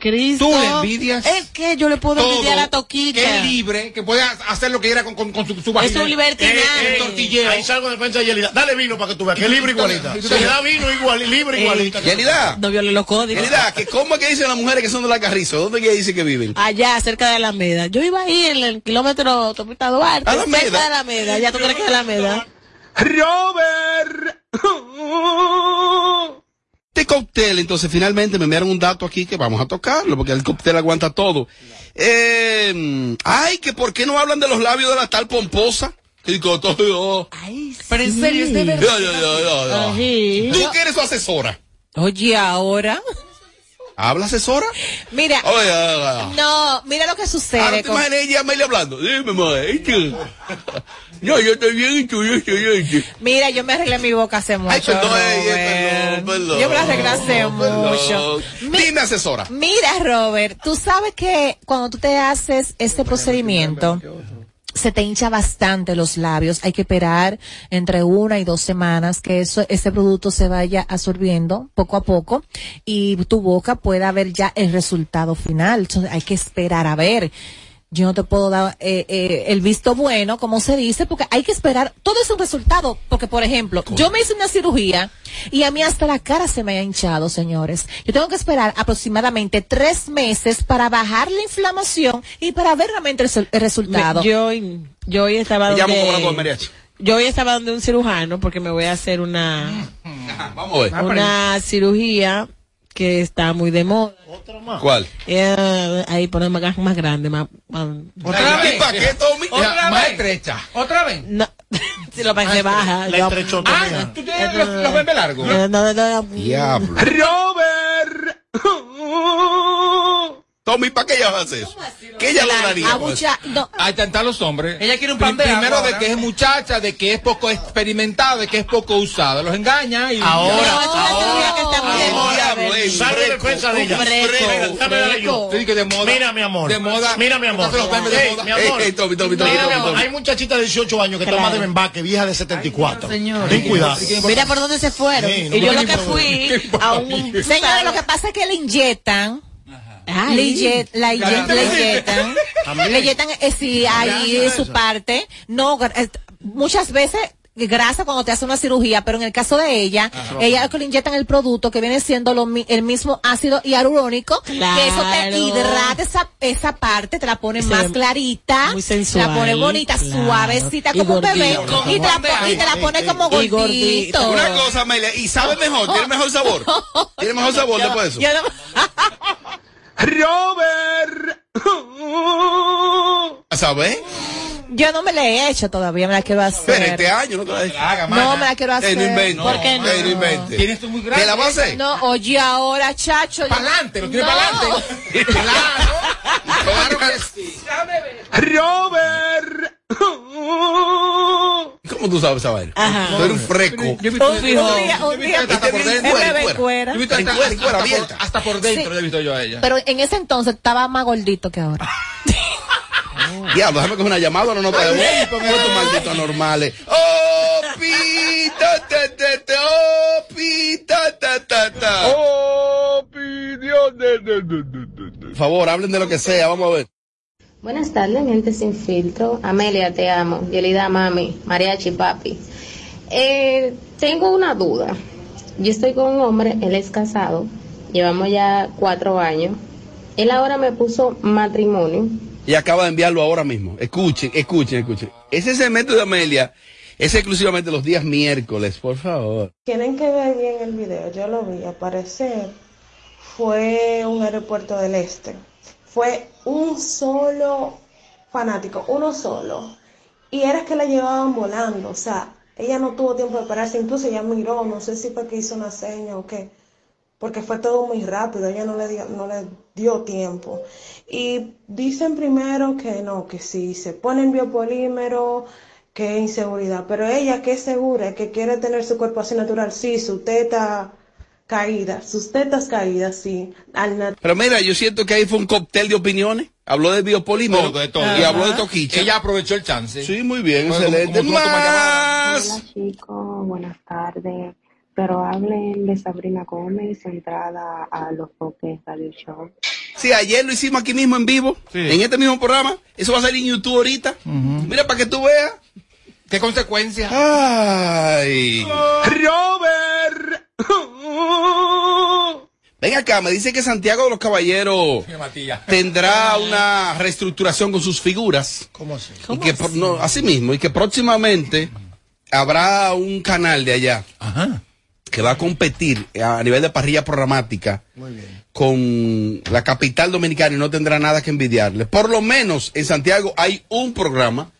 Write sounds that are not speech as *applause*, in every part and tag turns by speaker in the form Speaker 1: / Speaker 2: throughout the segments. Speaker 1: Cristo.
Speaker 2: Tú le envidias.
Speaker 1: Es que yo le puedo
Speaker 2: todo.
Speaker 1: envidiar a Toquita.
Speaker 2: Es libre, que puede hacer lo que quiera con, con, con su, su
Speaker 1: Es
Speaker 2: vagina.
Speaker 1: un libertinaje.
Speaker 2: Eh, eh, tortillero.
Speaker 3: Ahí salgo de defensa de Yelida. Dale vino para que tú veas que es libre igualita. Se le da vino igual, libre igualita.
Speaker 4: Eh, Yelida,
Speaker 1: No viole los códigos.
Speaker 4: Yelida, que ¿cómo es que dicen las mujeres que son de la Carrizo? ¿Dónde es que dicen que viven?
Speaker 1: Allá, cerca de Alameda. Yo iba ahí en el kilómetro autopista Duarte.
Speaker 4: Alameda.
Speaker 1: Cerca de Alameda. Ya tú crees que es Alameda.
Speaker 4: Robert. Este cóctel, entonces finalmente me enviaron un dato aquí que vamos a tocarlo, porque el cóctel aguanta todo. Eh, ay, que por qué no hablan de los labios de la tal pomposa. Que digo, todo, oh.
Speaker 1: Ay, sí.
Speaker 2: Pero en serio, es de verdad.
Speaker 4: Ya, ya, ya, ya, ya.
Speaker 1: Ay.
Speaker 4: Tú que eres su asesora.
Speaker 1: Oye, ahora.
Speaker 4: ¿Habla
Speaker 1: *laughs*
Speaker 4: asesora?
Speaker 1: Mira.
Speaker 4: Oye, ah, oye, oye.
Speaker 1: No, mira lo que
Speaker 4: Ahora
Speaker 1: sucede.
Speaker 4: Ah, te
Speaker 1: con-
Speaker 4: imaginas ella Amelia hablando. Dime, madre. ¿y tú? *laughs* No, yo estoy bien y tú, yo estoy bien. y tú.
Speaker 1: Mira, yo me arreglé mi boca hace mucho.
Speaker 4: Ay, perdón, eh, ey, ey, perdón,
Speaker 1: Robert.
Speaker 4: perdón.
Speaker 1: Yo me la arreglé hace
Speaker 4: Perdón.
Speaker 1: mucho. Mi-
Speaker 4: Dime, asesora.
Speaker 1: Mira, Robert, tú sabes que cuando tú te haces este procedimiento, se te hincha bastante los labios. Hay que esperar entre una y dos semanas que eso, este producto se vaya absorbiendo poco a poco y tu boca pueda ver ya el resultado final. Entonces, hay que esperar a ver. Yo no te puedo dar eh, eh, el visto bueno, como se dice, porque hay que esperar. Todo es un resultado. Porque, por ejemplo, yo me hice una cirugía y a mí hasta la cara se me ha hinchado, señores. Yo tengo que esperar aproximadamente tres meses para bajar la inflamación y para ver realmente el, sol- el resultado.
Speaker 5: Me- yo, hoy- yo hoy estaba
Speaker 4: Me llamo cobrando de
Speaker 5: donde,
Speaker 4: mariachi.
Speaker 5: yo hoy estaba donde un cirujano porque me voy a hacer una
Speaker 4: Ajá, Vamos a ver. Ah,
Speaker 5: una cirugía que está muy de moda.
Speaker 4: ¿Cuál?
Speaker 5: Eh, ahí ponerme más, más grande, más, más-
Speaker 2: Otra
Speaker 4: ¿Y
Speaker 2: vez.
Speaker 4: para qué, Tommy?
Speaker 2: Otra
Speaker 4: Ya,
Speaker 2: vez.
Speaker 4: maestra.
Speaker 2: estrecha. Otra vez.
Speaker 5: no,
Speaker 1: *laughs*
Speaker 5: si lo parece baja.
Speaker 3: La
Speaker 5: yo-
Speaker 2: Ah,
Speaker 3: estrechotomía.
Speaker 2: tú tienes los, los bembes largos.
Speaker 5: No, no, no, no.
Speaker 4: Diablo.
Speaker 2: *laughs*
Speaker 4: ¡Robert! Tommy, ¿para qué ella va a hacer eso? ¿Qué ella lograría?
Speaker 2: pues.
Speaker 4: con eso?
Speaker 1: Abucha- no,
Speaker 2: Ahí están los hombres.
Speaker 6: Ella quiere un
Speaker 2: Pri-
Speaker 6: pan de agua
Speaker 2: Primero de
Speaker 6: ahora.
Speaker 2: que es muchacha, de que es poco experimentada, de que es poco usada. Los engaña y.
Speaker 1: no,
Speaker 3: Ahora.
Speaker 1: es una cirugía que está muy de
Speaker 4: Ahora,
Speaker 1: moda,
Speaker 4: güey.
Speaker 1: Bernie.
Speaker 3: Salgo de
Speaker 4: Freco,
Speaker 3: defensa de ella.
Speaker 1: freco,
Speaker 3: Venga, dame la de yo.
Speaker 1: freco.
Speaker 2: Sí, que de moda.
Speaker 3: Mira, mi amor.
Speaker 2: De moda.
Speaker 3: Mira, mi amor.
Speaker 2: Entonces los bembes de
Speaker 3: Ey,
Speaker 2: moda.
Speaker 3: mi amor.
Speaker 4: Ey, ey, Tommy, Tommy, Tommy,
Speaker 3: Mira, mi
Speaker 4: Tommy,
Speaker 3: amor,
Speaker 4: Tommy.
Speaker 3: Hay muchachitas de 18 años que
Speaker 1: Claro.
Speaker 3: toman de embaque, viejas de 74.
Speaker 6: Ay, no, señor.
Speaker 3: Ten
Speaker 7: Ah.
Speaker 3: cuidado.
Speaker 1: Mira por dónde se fueron.
Speaker 3: Sí, no
Speaker 1: y yo
Speaker 3: me
Speaker 1: lo que
Speaker 3: importa.
Speaker 1: fui a un... Señores, lo que pasa es que le inyectan... Le inye- la inye-
Speaker 2: Claro.
Speaker 1: le inyectan, le inyectan, eh, sí, ahí es su parte. No, gra- eh, muchas veces grasa cuando te hacen una cirugía, pero en el caso de ella, ella es que le inyectan el producto que viene siendo lo mi- el mismo ácido hialurónico, que eso te
Speaker 5: Claro.
Speaker 1: hidrata esa, esa parte, te la pone
Speaker 5: Y se
Speaker 1: más
Speaker 5: ve
Speaker 1: clarita,
Speaker 5: muy sensual,
Speaker 1: la pone bonita,
Speaker 5: claro.
Speaker 1: suavecita
Speaker 5: Y
Speaker 1: como un bebé,
Speaker 5: gordito.
Speaker 1: y te la, po- y te la pone como
Speaker 5: Y gordito.
Speaker 1: gordito.
Speaker 4: Una cosa, Amelia, y sabe mejor, tiene mejor sabor. Tiene mejor sabor después de eso.
Speaker 1: Yo
Speaker 4: *laughs*
Speaker 1: no-
Speaker 4: ¡Robert!
Speaker 1: *laughs*
Speaker 4: ¿Sabes?
Speaker 1: Yo no me la he hecho todavía, me la quiero
Speaker 4: Pero
Speaker 1: hacer.
Speaker 4: este año no te la he hecho.
Speaker 2: Haga,
Speaker 1: No,
Speaker 2: mana.
Speaker 1: me la quiero hacer.
Speaker 4: Ey, no inventes.
Speaker 1: ¿Por qué no?
Speaker 4: Ey, no inventes.
Speaker 2: Tienes tú muy grande.
Speaker 4: ¿Te la vas a hacer?
Speaker 1: No, oye, ahora, chacho. yo-
Speaker 2: Pa'lante, lo tiene
Speaker 1: No.
Speaker 2: pa'lante. Claro. Claro que sí.
Speaker 4: ¡Robert! *laughs* ¿Cómo tú sabes esa vaina?
Speaker 5: Ajá.
Speaker 4: Tú eres un freco.
Speaker 2: Yo he visto-
Speaker 5: Un fijo.
Speaker 1: Un día, un
Speaker 2: Yo he
Speaker 1: día.
Speaker 2: visto hasta por
Speaker 4: Él
Speaker 2: dentro.
Speaker 1: Él me ve
Speaker 4: fuera.
Speaker 1: cuera.
Speaker 2: Yo he visto
Speaker 4: En
Speaker 2: hasta-
Speaker 4: cuera, en cuera,
Speaker 2: hasta por-
Speaker 4: abierta.
Speaker 2: Hasta por dentro
Speaker 1: Sí.
Speaker 2: le he visto yo a ella.
Speaker 1: Pero en ese entonces estaba más gordito que ahora.
Speaker 4: Diablo, déjame coger una llamada, no, no, para devolver. Estos malditos normales. ¡Oh, pita, ta, ta, ta! ¡Oh, pita, ta, ta, ta! Oh,
Speaker 2: Opinión
Speaker 4: Por favor, hablen de lo que sea, vamos a ver.
Speaker 8: Buenas tardes, gente sin filtro. Amelia, te amo. Yelida, mami. Mariachi, papi. Eh, tengo una duda. Yo estoy con un hombre, él es casado. Llevamos ya cuatro años. Él ahora me puso matrimonio.
Speaker 4: Y acaba de enviarlo ahora mismo. Escuchen, escuchen, escuchen. Ese segmento de Amelia es exclusivamente los días miércoles, por favor.
Speaker 9: Tienen que ver bien el video, yo lo vi aparecer. Fue un aeropuerto del este. Fue un solo fanático, uno solo. Y era que la llevaban volando, o sea, ella no tuvo tiempo de pararse, incluso ella miró, no sé si fue que hizo una seña o qué, porque fue todo muy rápido, ella no le dio, no le dio tiempo. Y dicen primero que no, que si se ponen biopolímero, que es inseguridad, pero ella que es segura, que quiere tener su cuerpo así natural, sí, su teta caída, sus tetas caídas, sí, al natural.
Speaker 4: Pero mira, yo siento que ahí fue un cóctel de opiniones. Habló de biopolímero
Speaker 2: Todo, de todo.
Speaker 4: y habló de toquicha.
Speaker 2: Ella aprovechó el chance.
Speaker 4: Sí, muy bien,
Speaker 2: Bueno,
Speaker 4: excelente.
Speaker 2: como- como tú tomas llamadas.
Speaker 4: Más.
Speaker 8: chicos. Buenas tardes. Pero hablen de Sabrina Gómez entrada a los toques Radio Show.
Speaker 4: Sí, ayer lo hicimos aquí mismo en vivo,
Speaker 2: Sí.
Speaker 4: en este mismo programa. Eso va a salir en YouTube ahorita. Mira, para que tú veas.
Speaker 2: ¿Qué consecuencias?
Speaker 4: Ay.
Speaker 2: Robert.
Speaker 4: Ven acá, me dice que Santiago de los Caballeros
Speaker 2: Matías.
Speaker 4: tendrá una reestructuración con sus figuras.
Speaker 6: ¿Cómo así?
Speaker 4: Y que, pro- no, así mismo, y que próximamente habrá un canal de allá
Speaker 2: Ajá.
Speaker 4: que va a competir a nivel de parrilla programática
Speaker 6: Muy bien.
Speaker 4: con la capital dominicana y no tendrá nada que envidiarle. Por lo menos en Santiago hay un programa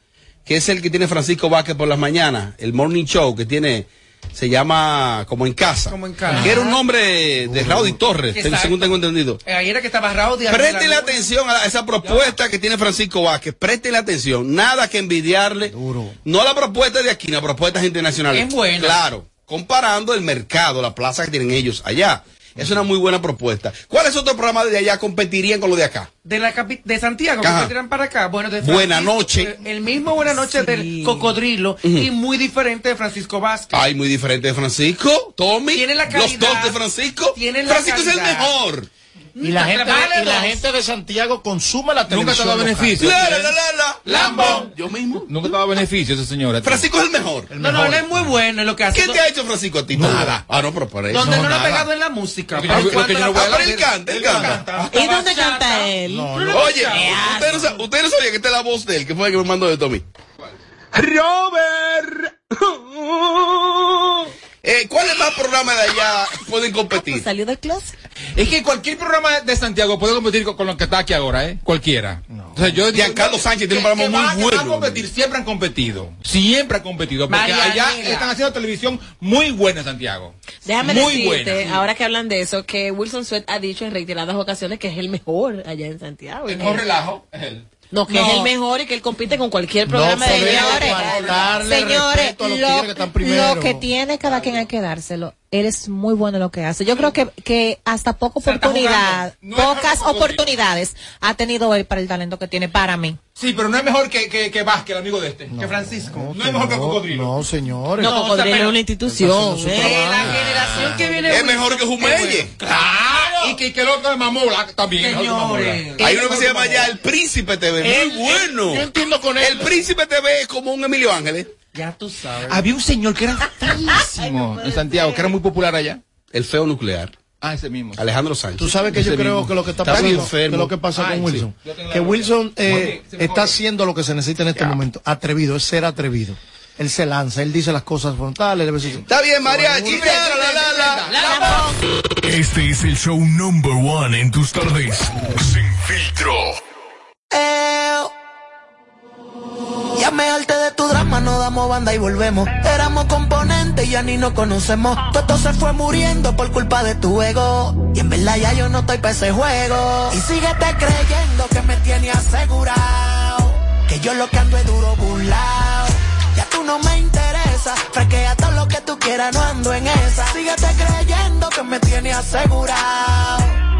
Speaker 4: que es el que tiene Francisco Vázquez por las mañanas, el Morning Show que tiene se llama Como en casa.
Speaker 6: Como en casa.
Speaker 4: Que era un nombre de Raudy Torres, tengo-
Speaker 6: Exacto.
Speaker 4: según tengo entendido.
Speaker 6: Eh, Ayer era que estaba Raudy. ahora
Speaker 4: Préstele
Speaker 6: la-
Speaker 4: atención a la- esa propuesta que tiene Francisco Vázquez. Préstele atención. Nada que envidiarle.
Speaker 6: Duro.
Speaker 4: No la propuesta de aquí, la propuesta internacionales.
Speaker 6: Es buena.
Speaker 4: Claro. Comparando el mercado, la plaza que tienen ellos allá. Es una muy buena propuesta. ¿Cuáles otros programas de allá competirían con los de acá?
Speaker 6: De, la capi- de Santiago,
Speaker 4: Ajá.
Speaker 6: que se tiran para acá. Bueno, de
Speaker 4: Buena
Speaker 6: Francisco,
Speaker 4: noche.
Speaker 6: eh, El mismo Buena Noche del Cocodrilo y muy diferente de Francisco Vázquez.
Speaker 4: Ay, muy diferente de Francisco. Tommy.
Speaker 6: Tienen la
Speaker 4: los
Speaker 6: calidad.
Speaker 4: dos de Francisco.
Speaker 6: Tienen la
Speaker 4: Francisco es el
Speaker 6: calidad.
Speaker 4: mejor.
Speaker 6: Mm, Y que vale y la dos. gente
Speaker 2: de
Speaker 6: Santiago consume la
Speaker 2: Nunca te
Speaker 6: televisión
Speaker 2: da
Speaker 6: local.
Speaker 2: beneficio.
Speaker 4: La, la, la, la, la.
Speaker 6: Lambón.
Speaker 4: Yo mismo.
Speaker 2: Nunca te da beneficio esa señora.
Speaker 4: Francisco es el mejor.
Speaker 6: No, no, él es muy bueno en lo que hace.
Speaker 4: ¿Qué te ha hecho Francisco a ti? Nada. Ah, no, pero por eso.
Speaker 6: Donde no, le ha
Speaker 2: nada.
Speaker 6: pegado en la música.
Speaker 2: Lo que
Speaker 6: pero
Speaker 2: yo- lo
Speaker 6: cuando
Speaker 2: que yo
Speaker 6: la-
Speaker 2: no voy a
Speaker 4: Ah, pero
Speaker 2: la-
Speaker 4: él canta, él canta.
Speaker 5: ¿Y dónde canta él?
Speaker 4: Oye, usted no, sa- usted no sabía que esta es la voz de él, que fue el que me mandó de Tommy.
Speaker 2: Robert.
Speaker 4: Eh, ¿Cuáles más programas de allá pueden competir?
Speaker 5: Salió del closet.
Speaker 2: Es que cualquier programa de Santiago puede competir con, con lo que está aquí ahora, ¿eh? Cualquiera. Entonces, yo digo-
Speaker 4: Giancarlo Sánchez tiene un
Speaker 2: que-
Speaker 4: programa
Speaker 2: que
Speaker 4: muy
Speaker 2: van- que
Speaker 4: bueno,
Speaker 2: van a competir, siempre han competido. Siempre han competido. Porque
Speaker 5: Marianela.
Speaker 2: allá están haciendo televisión muy buena, Santiago.
Speaker 5: Déjame
Speaker 2: muy
Speaker 5: decirte,
Speaker 2: buena.
Speaker 5: ahora que hablan de eso, que Wilson Sweat ha dicho en reiteradas ocasiones que es el mejor allá en Santiago.
Speaker 2: El mejor relajo es él.
Speaker 5: No, que es el mejor y que él compite con cualquier programa de
Speaker 1: podemos
Speaker 5: señores.
Speaker 6: faltarle
Speaker 1: Señores,
Speaker 6: respeto a los tigres que están primero.
Speaker 1: lo, lo que tiene cada quien hay que dárselo. Él es muy bueno en lo que hace. Yo creo que, que hasta poca
Speaker 2: Se está
Speaker 1: oportunidad,
Speaker 2: jugando. No es
Speaker 1: pocas
Speaker 2: algo favorito.
Speaker 1: oportunidades ha tenido él para el talento que tiene para mí.
Speaker 2: Sí, pero no es mejor que, que, que Vázquez, el amigo de este.
Speaker 6: Que Francisco.
Speaker 2: No, es mejor que Cocodrilo.
Speaker 6: No,
Speaker 5: No,
Speaker 6: señores.
Speaker 5: no
Speaker 6: o sea,
Speaker 5: Cocodrilo
Speaker 6: pero-
Speaker 5: es una institución.
Speaker 6: Eh,
Speaker 5: ¿eh?
Speaker 6: la generación que viene.
Speaker 4: Es mejor que Jumelle.
Speaker 2: Claro. Y que, que el otro de Mamola también. es el otro de Mamola.
Speaker 6: Señores.
Speaker 4: Hay uno que se llama ya El Príncipe TV. Muy bueno.
Speaker 6: Yo entiendo con él.
Speaker 4: El Príncipe TV es como un Emilio Ángeles.
Speaker 6: Ya tú sabes.
Speaker 2: Había un señor que era feísimo en Santiago, que era muy popular allá.
Speaker 4: El feo nuclear.
Speaker 2: Ah, ese mismo.
Speaker 4: Alejandro Sánchez.
Speaker 7: Tú sabes que yo
Speaker 4: Ese
Speaker 7: creo
Speaker 4: mismo.
Speaker 7: que lo que está,
Speaker 4: muy
Speaker 7: pasando, que
Speaker 4: enfermo.
Speaker 7: lo que pasa
Speaker 2: Ay,
Speaker 7: con
Speaker 2: sí.
Speaker 7: Wilson,
Speaker 2: Yo tengo la
Speaker 7: que
Speaker 2: razón.
Speaker 7: Wilson eh,
Speaker 2: Ok, se me
Speaker 7: está
Speaker 2: ocurre.
Speaker 7: haciendo lo que se necesita en este momento, atrevido, es ser atrevido. Él se lanza, él dice las cosas frontales, él dice-
Speaker 4: Está bien, mariachi. La, la, la, la.
Speaker 10: Este es el show number one en tus tardes. Sin filtro.
Speaker 11: Ya me harté de tu drama, no damos banda y volvemos. Éramos componentes y ya ni nos conocemos. Todo se fue muriendo por culpa de tu ego. Y en verdad ya yo no estoy para ese juego. Y síguete creyendo que me tiene asegurado. Que yo lo que ando es duro burlao. Ya tú no me interesa. Fresquea todo lo que tú quieras, no ando en esa. Síguete creyendo que me tiene asegurado.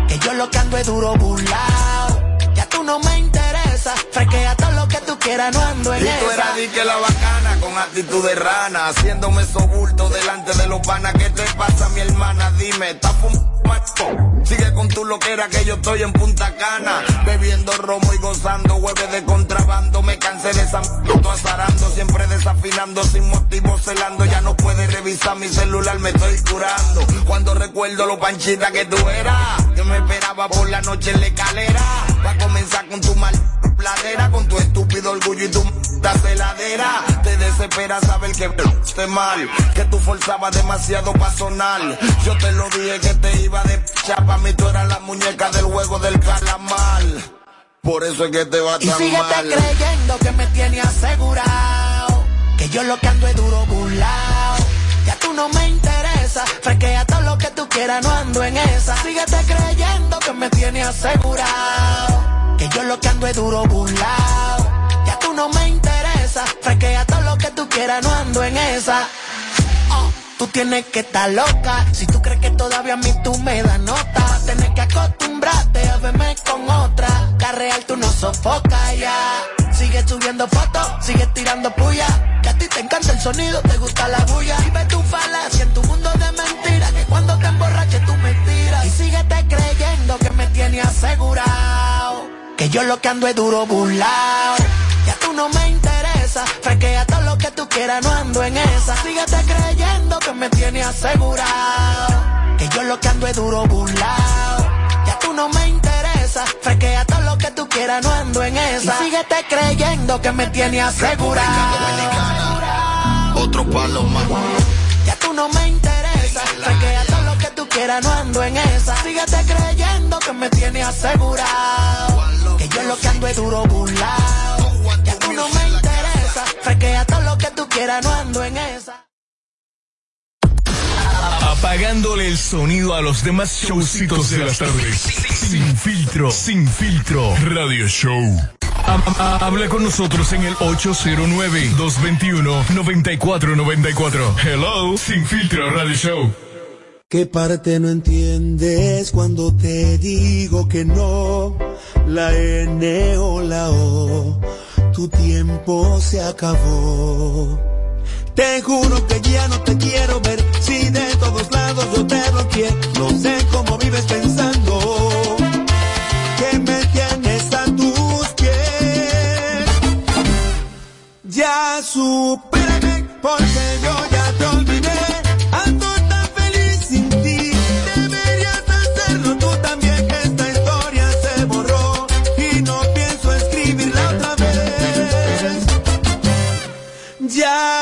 Speaker 11: Que yo lo que ando es duro burlao. Ya tú no me interesa. Fresquea todo lo que tú quieras, no ando en
Speaker 12: Y tú
Speaker 11: esa.
Speaker 12: eras di que la bacana con actitud de rana, haciéndome sobulto delante de los panas. ¿Qué te pasa, mi hermana? Dime, está fumando. Sigue con tu loquera que yo estoy en Punta Cana, bebiendo romo y gozando hueves de contrabando. Me cansé de esa m- azarando, siempre desafinando, sin motivo celando. Ya no puedes revisar mi celular, me estoy curando. Cuando recuerdo lo panchita que tú eras, yo me esperaba por la noche en la escalera. Va a comenzar con tu mal pladera con tu estúpido orgullo y tu mierda celadera. Te desespera saber que te mal, que tú forzabas demasiado pa' sonar. Yo te lo dije que te iba de chapa, mi tú eras la muñeca del juego del calamar. Por eso es que te va
Speaker 11: Y
Speaker 12: tan
Speaker 11: síguete
Speaker 12: mal.
Speaker 11: creyendo que me tiene asegurado. Que yo lo que ando es duro burlao. Ya tú no me interesa. Fresquea todo lo que tú quieras, no ando en esa. Síguete creyendo que me tiene asegurado. Que yo lo que ando es duro burlao. Ya tú no me interesa. Fresquea todo lo que tú quieras, no ando en esa. Oh, Tú tienes que estar loca. Si tú crees que todavía a mí tú me das nota, vas a tener que acostumbrarte a verme con otra. Carreal tú no sofocas ya. Sigue Sigue subiendo fotos, sigue tirando puya. Que a ti te encanta el sonido, te gusta la bulla. Y ve tu falacia en tu mundo de mentiras. Que cuando te emborraches tú me tiras. Y síguete creyendo que me tiene asegurado. Que yo lo que ando es duro burlao. Ya tú no me interesa. Fresquea todo lo que tú quieras, no ando en esa. Síguete creyendo que me tiene asegurado. Que yo lo que ando es duro burlao. Ya tú no me interesa. Fresquea todo lo que tú quieras, no ando en esa. Y síguete creyendo que me tiene asegurado.
Speaker 12: Otro palo más.
Speaker 11: Ya tú no me interesa. Fresquea todo lo que tú quieras, no ando en esa. Síguete creyendo que me tiene asegurado. Que yo lo que ando es duro burlao. Ya tú no me interesa. Fresquea todo lo que tú quieras, no ando en esa.
Speaker 10: Apagándole el sonido a los demás showcitos de las tardes. Sin filtro, sin filtro. Radio Show. Ha- ha- Habla con nosotros en el 809-221-9494. Hello, Sin Filtro Radio Show.
Speaker 13: ¿Qué parte no entiendes cuando te digo que no? La N o la O, tu tiempo se acabó. Te juro que ya no te quiero ver, si de todos lados yo te bloqueé, no sé cómo vives pensando. Que me tienes a tus pies. Ya supérame, porque yo ya te olvidé. Ando tan feliz sin ti. Deberías hacerlo tú también. Esta historia se borró y no pienso escribirla otra vez. Ya.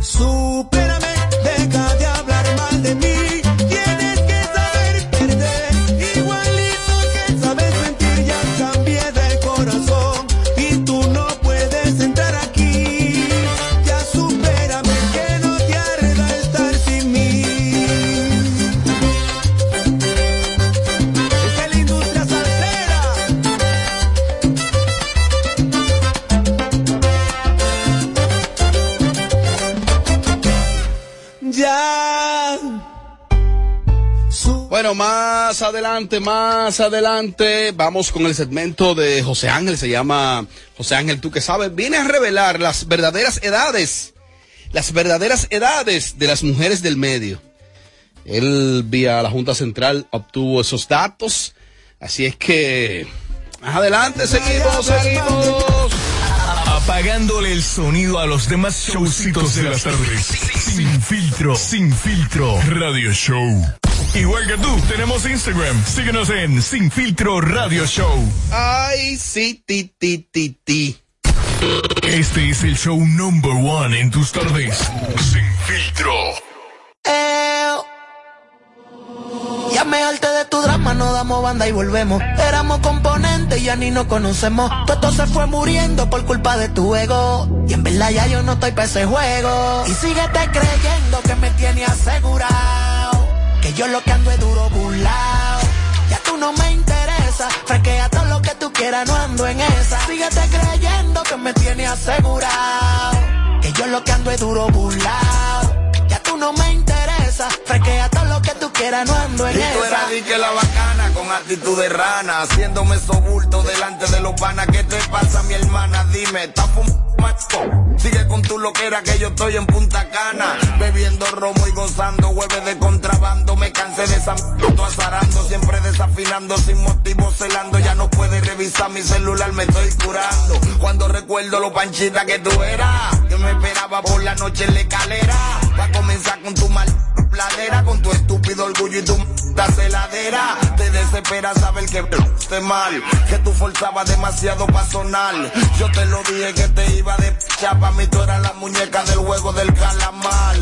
Speaker 13: Supérame, deja de hablar mal de mí. Tienes que saber perder. Igualito que sabes mentir, ya cambié de corazón. Y tú no puedes entrar aquí. Ya supérame que no te arda estar sin mí. Esta es la industria salsera.
Speaker 11: Ya.
Speaker 4: Bueno, más adelante, más adelante, vamos con el segmento de José Ángel, se llama José Ángel, tú que sabes, viene a revelar las verdaderas edades, las verdaderas edades de las mujeres del medio. Él vía la Junta Central obtuvo esos datos, así es que más adelante seguimos, seguimos.
Speaker 10: Apagándole el sonido a los demás showcitos de las tardes. Sin filtro, sin filtro. Radio Show. Igual que tú, tenemos Instagram. Síguenos en Sin Filtro Radio Show.
Speaker 4: Ay, sí, ti, ti, ti, ti.
Speaker 10: Este es el show number one en tus tardes. Sin filtro.
Speaker 11: Eo. Eh, Ya me harté de tu drama, no damos banda y volvemos. Éramos componentes y ya ni nos conocemos. Todo esto se fue muriendo por culpa de tu ego. Y en verdad ya yo no estoy para ese juego. Y síguete creyendo que me tiene asegurado. Que yo lo que ando es duro burlao. Ya tú no me interesa. Fresquea todo lo que tú quieras, no ando en esa. Síguete creyendo que me tiene asegurado. Que yo lo que ando es duro burlao. Ya tú no me interesa. Fresquea todo lo que tú quieras, no ando en
Speaker 12: Y tú
Speaker 11: esa.
Speaker 12: eras di que la bacana con actitud de rana, haciéndome sobulto delante de los panas. ¿Qué te pasa, mi hermana? Dime, está fumando. Sigue con tu loquera que yo estoy en Punta Cana, bebiendo romo y gozando hueves de contrabando. Me cansé de esa m- todo azarando, siempre desafinando, sin motivo celando. Ya no puedes revisar mi celular, me estoy curando. Cuando recuerdo lo panchita que tú eras, yo me esperaba por la noche en la escalera. Va a comenzar con tu mal pladera con tu estúpido orgullo y tu mierda celadera. Te desespera saber que te mal, que tú forzabas demasiado pa' sonar. Yo te lo dije que te iba de chapa, mi tú eras la muñeca del juego del calamar.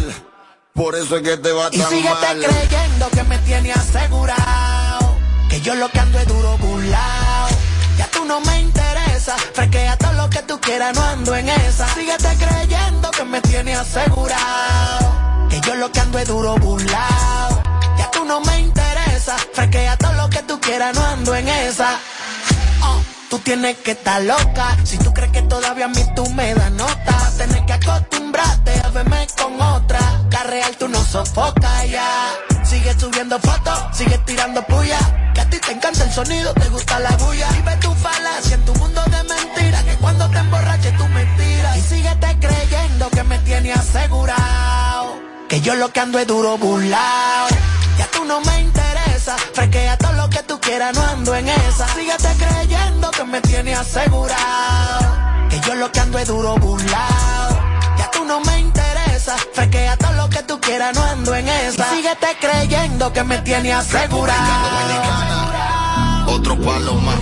Speaker 12: Por eso es que te va
Speaker 11: Y
Speaker 12: tan
Speaker 11: síguete
Speaker 12: mal.
Speaker 11: creyendo que me tiene asegurado. Que yo lo que ando es duro burlao. Ya tú no me interesa. Fresquea todo lo que tú quieras, no ando en esa. Síguete creyendo que me tiene asegurado. Que yo lo que ando es duro burlao. Ya tú no me interesa. Fresquea todo lo que tú quieras, no ando en esa. Oh, Tú tienes que estar loca. Si tú crees que todavía a mí tú me das nota, vas a tener que acostumbrarte a verme con otra. Carreal tú no sofoca ya. Sigue subiendo fotos, sigue tirando puya. Que a ti te Te encanta el sonido, te gusta la bulla. Vive tu falacia en tu mundo de mentiras. Que cuando te emborraches tú me tiras. Y síguete creyendo que me tiene asegurado. Que yo lo que ando es duro burlao. Ya tú no me interesa. Fresquea todo lo que tú quieras, no ando en esa. Síguete creyendo que me tiene asegurado. Que yo lo que ando es duro burlao. Ya tú no me interesa. Fresquea todo lo que tú quieras, no ando en esa. Y síguete creyendo que me tiene asegurado.
Speaker 12: Otro palo más.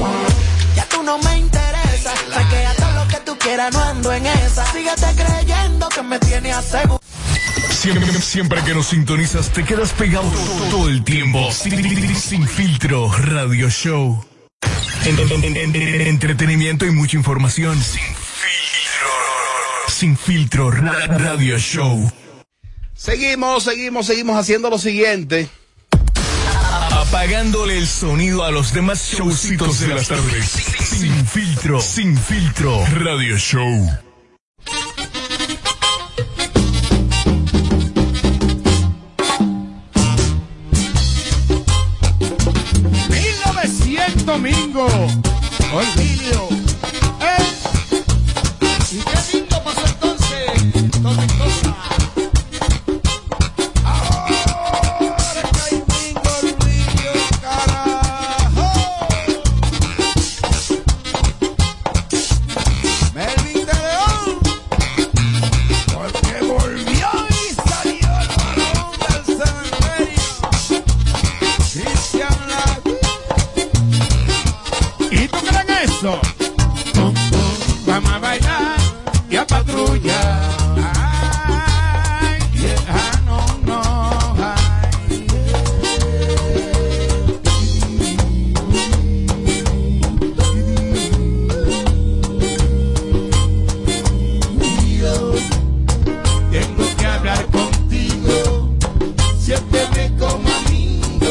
Speaker 11: Ya tú no me interesa. Fresquea todo lo que tú quieras, no ando en esa. Síguete creyendo que me tiene asegurado.
Speaker 10: Siempre, siempre que nos sintonizas te quedas pegado todo, el tiempo. Sin, sin- sin filtro, radio show. En- en- en- en- en- entretenimiento y mucha información. Sin filtro. Sin filtro, ra- radio show.
Speaker 4: Seguimos, seguimos, seguimos haciendo lo siguiente.
Speaker 10: Apagándole el sonido a los demás showcitos de las tardes. Sin filtro, sin filtro, radio show.
Speaker 13: ¡1900 domingo! ¡Olvidio! ¿Eh? ¿Y qué lindo pasó entonces? ¿Dónde cosa? ¡Ahora que hay domingo, Olvidio, carajo! ¡Melvin de León! Porque volvió y salió el balón del cementerio. Cristian Lago. ¿Y tú creen eso? Pum, pum, Vamos a bailar y a patrulla. Ay, yeah, ah, no, no, ay. Tengo que hablar contigo, siempre me como amigo.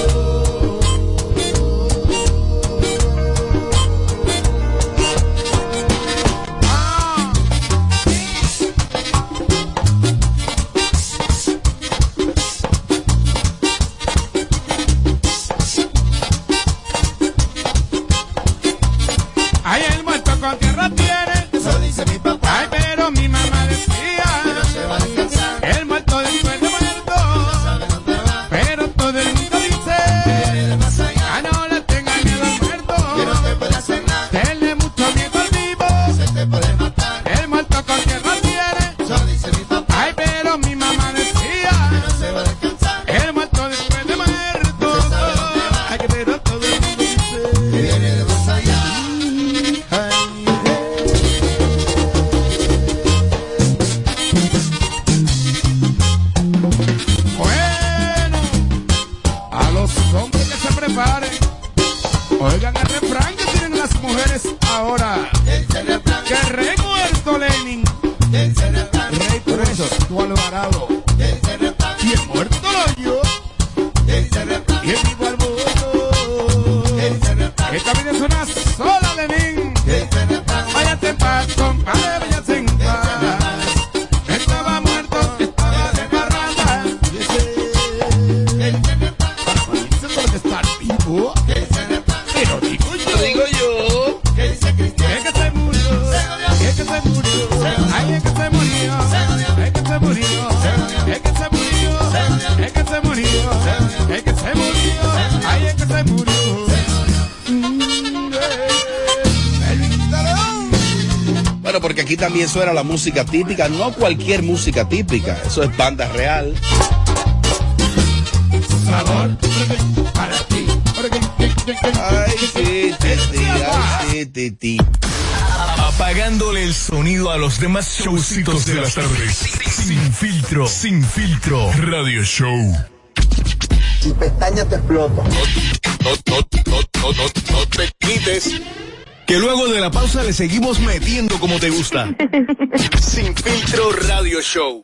Speaker 13: Ay, el muerto con tierra tiene. Eso dice mi papá. Ay, pero mi mamá decía. El muerto después de muerto. Pero todo el mundo dice. Ah, no le tengas miedo al muerto. Tenle mucho miedo al vivo. El muerto con tierra tiene. Eso dice mi papá. Ay, pero mi mamá decía. El muerto después de muerto. Ay, pero todo el mundo dice. Que viene de más allá. Bueno, a los hombres que se preparen, oigan el refrán que tienen las mujeres ahora. Que recuerdo Lenin, rey preso, tu alvarado. Quien muerto lo yo, y el vivo al mundo. Esta vida es una sola, Lenin. Váyate en paz, compadre, váyate en paz. Estaba muerto, estaba de parranda. Dice por qué estar vivo. Pero digo yo, digo yo. Que dice Cristian. Es que se murió. Es que se murió. Ay, es que se murió. Es que se murió. Es que se murió. Es que se murió. Es que se murió. Ay, es que se murió. Mm, eh. Elvin Tarón.
Speaker 4: Bueno, porque aquí también suena la música típica, no cualquier música típica, eso es banda real.
Speaker 13: Sabor para ti.
Speaker 4: Ay, sí, sí, sí, ay, sí, sí, sí.
Speaker 10: Apagándole el sonido a los demás showcitos de las tardes. Sin filtro, sin filtro, radio show.
Speaker 11: Si pestañas te exploto.
Speaker 10: No, te quites. Que luego de la pausa le seguimos metiendo como te gusta. Sin filtro radio show.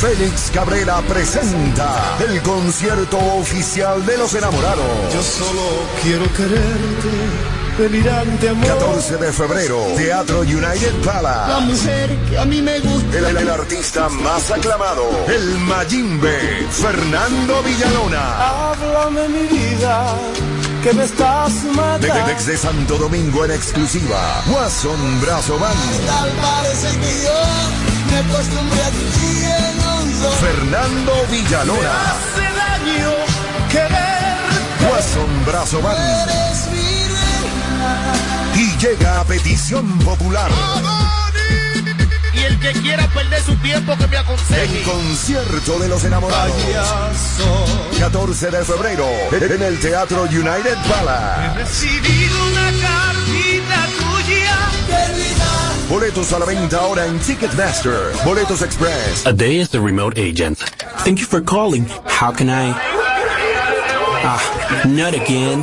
Speaker 14: Félix Cabrera presenta el concierto oficial de los enamorados. Yo solo quiero quererte, delirante amor. 14 de febrero, Teatro United Palace.
Speaker 11: La mujer que a mí me gusta.
Speaker 14: El, el artista más aclamado, el Mayimbe, Fernando Villalona.
Speaker 11: Háblame mi vida, que me estás
Speaker 14: De- de- Desde Santo Domingo en exclusiva, Guasón Brazo Band,
Speaker 11: Tal parece que yo me acostumbré a ti en un
Speaker 14: Fernando Villalona,
Speaker 11: Hace daño quererte.
Speaker 14: Guasón Brazo Band.
Speaker 11: Eres mi reina.
Speaker 14: Y llega a petición popular.
Speaker 3: Y el que quiera perder su tiempo que me
Speaker 14: El
Speaker 3: aconseje.
Speaker 14: concierto de los enamorados. 14 de febrero en el Teatro United Palace.
Speaker 11: Recibido una cartita tuya. Querida.
Speaker 14: Boletos a la venta ahora en Ticketmaster. Boletos Express.
Speaker 15: Ade is the remote agent. Thank you for calling. How can I? Ah, not again.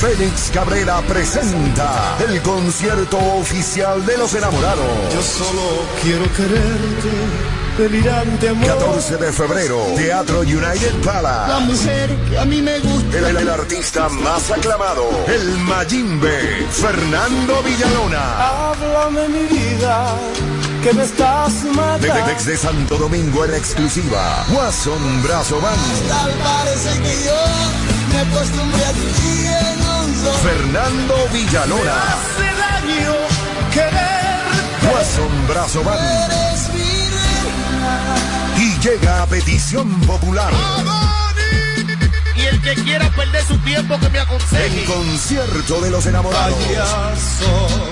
Speaker 14: Félix Cabrera presenta el concierto oficial de los enamorados. Yo solo quiero quererte, delirante amor. 14 de febrero, Teatro United Palace.
Speaker 11: La mujer que a mí me gusta.
Speaker 14: El, el artista más aclamado, el Mayimbe, Fernando Villalona.
Speaker 11: Háblame mi vida, que me estás
Speaker 14: De- de-
Speaker 11: matando.
Speaker 14: Desde Santo Domingo en exclusiva, Guasón Brazo Band,
Speaker 11: Tal parece que yo me acostumbré a ti en un
Speaker 14: Fernando Villalona,
Speaker 11: Hace daño quererte.
Speaker 14: Guasón Brazo Band.
Speaker 11: Eres mi reina.
Speaker 14: Y llega a petición popular.
Speaker 3: Y el que quiera perder su tiempo que me aconseje.
Speaker 14: El concierto de los enamorados.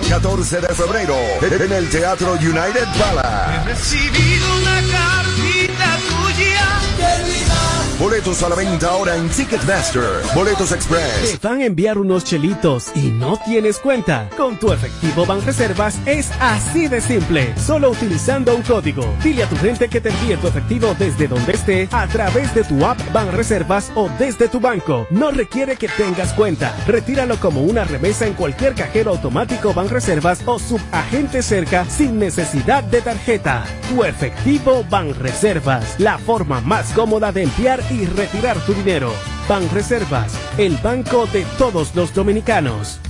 Speaker 14: 14 de febrero en el Teatro United Palace.
Speaker 11: Recibido una cartita tuya. Querida.
Speaker 14: Boletos a la venta ahora en Ticketmaster. Boletos Express.
Speaker 16: Te van a enviar unos chelitos y no tienes cuenta. Con tu efectivo Banreservas es así de simple. Solo utilizando un código. Dile a tu gente que te envíe tu efectivo desde donde esté a través de tu app Banreservas o desde tu banco. No requiere que tengas cuenta. Retíralo como una remesa en cualquier cajero automático Banreservas o subagente cerca sin necesidad de tarjeta. Tu efectivo Banreservas, la forma más cómoda de enviar y retirar tu dinero. Banreservas, el banco de todos los dominicanos.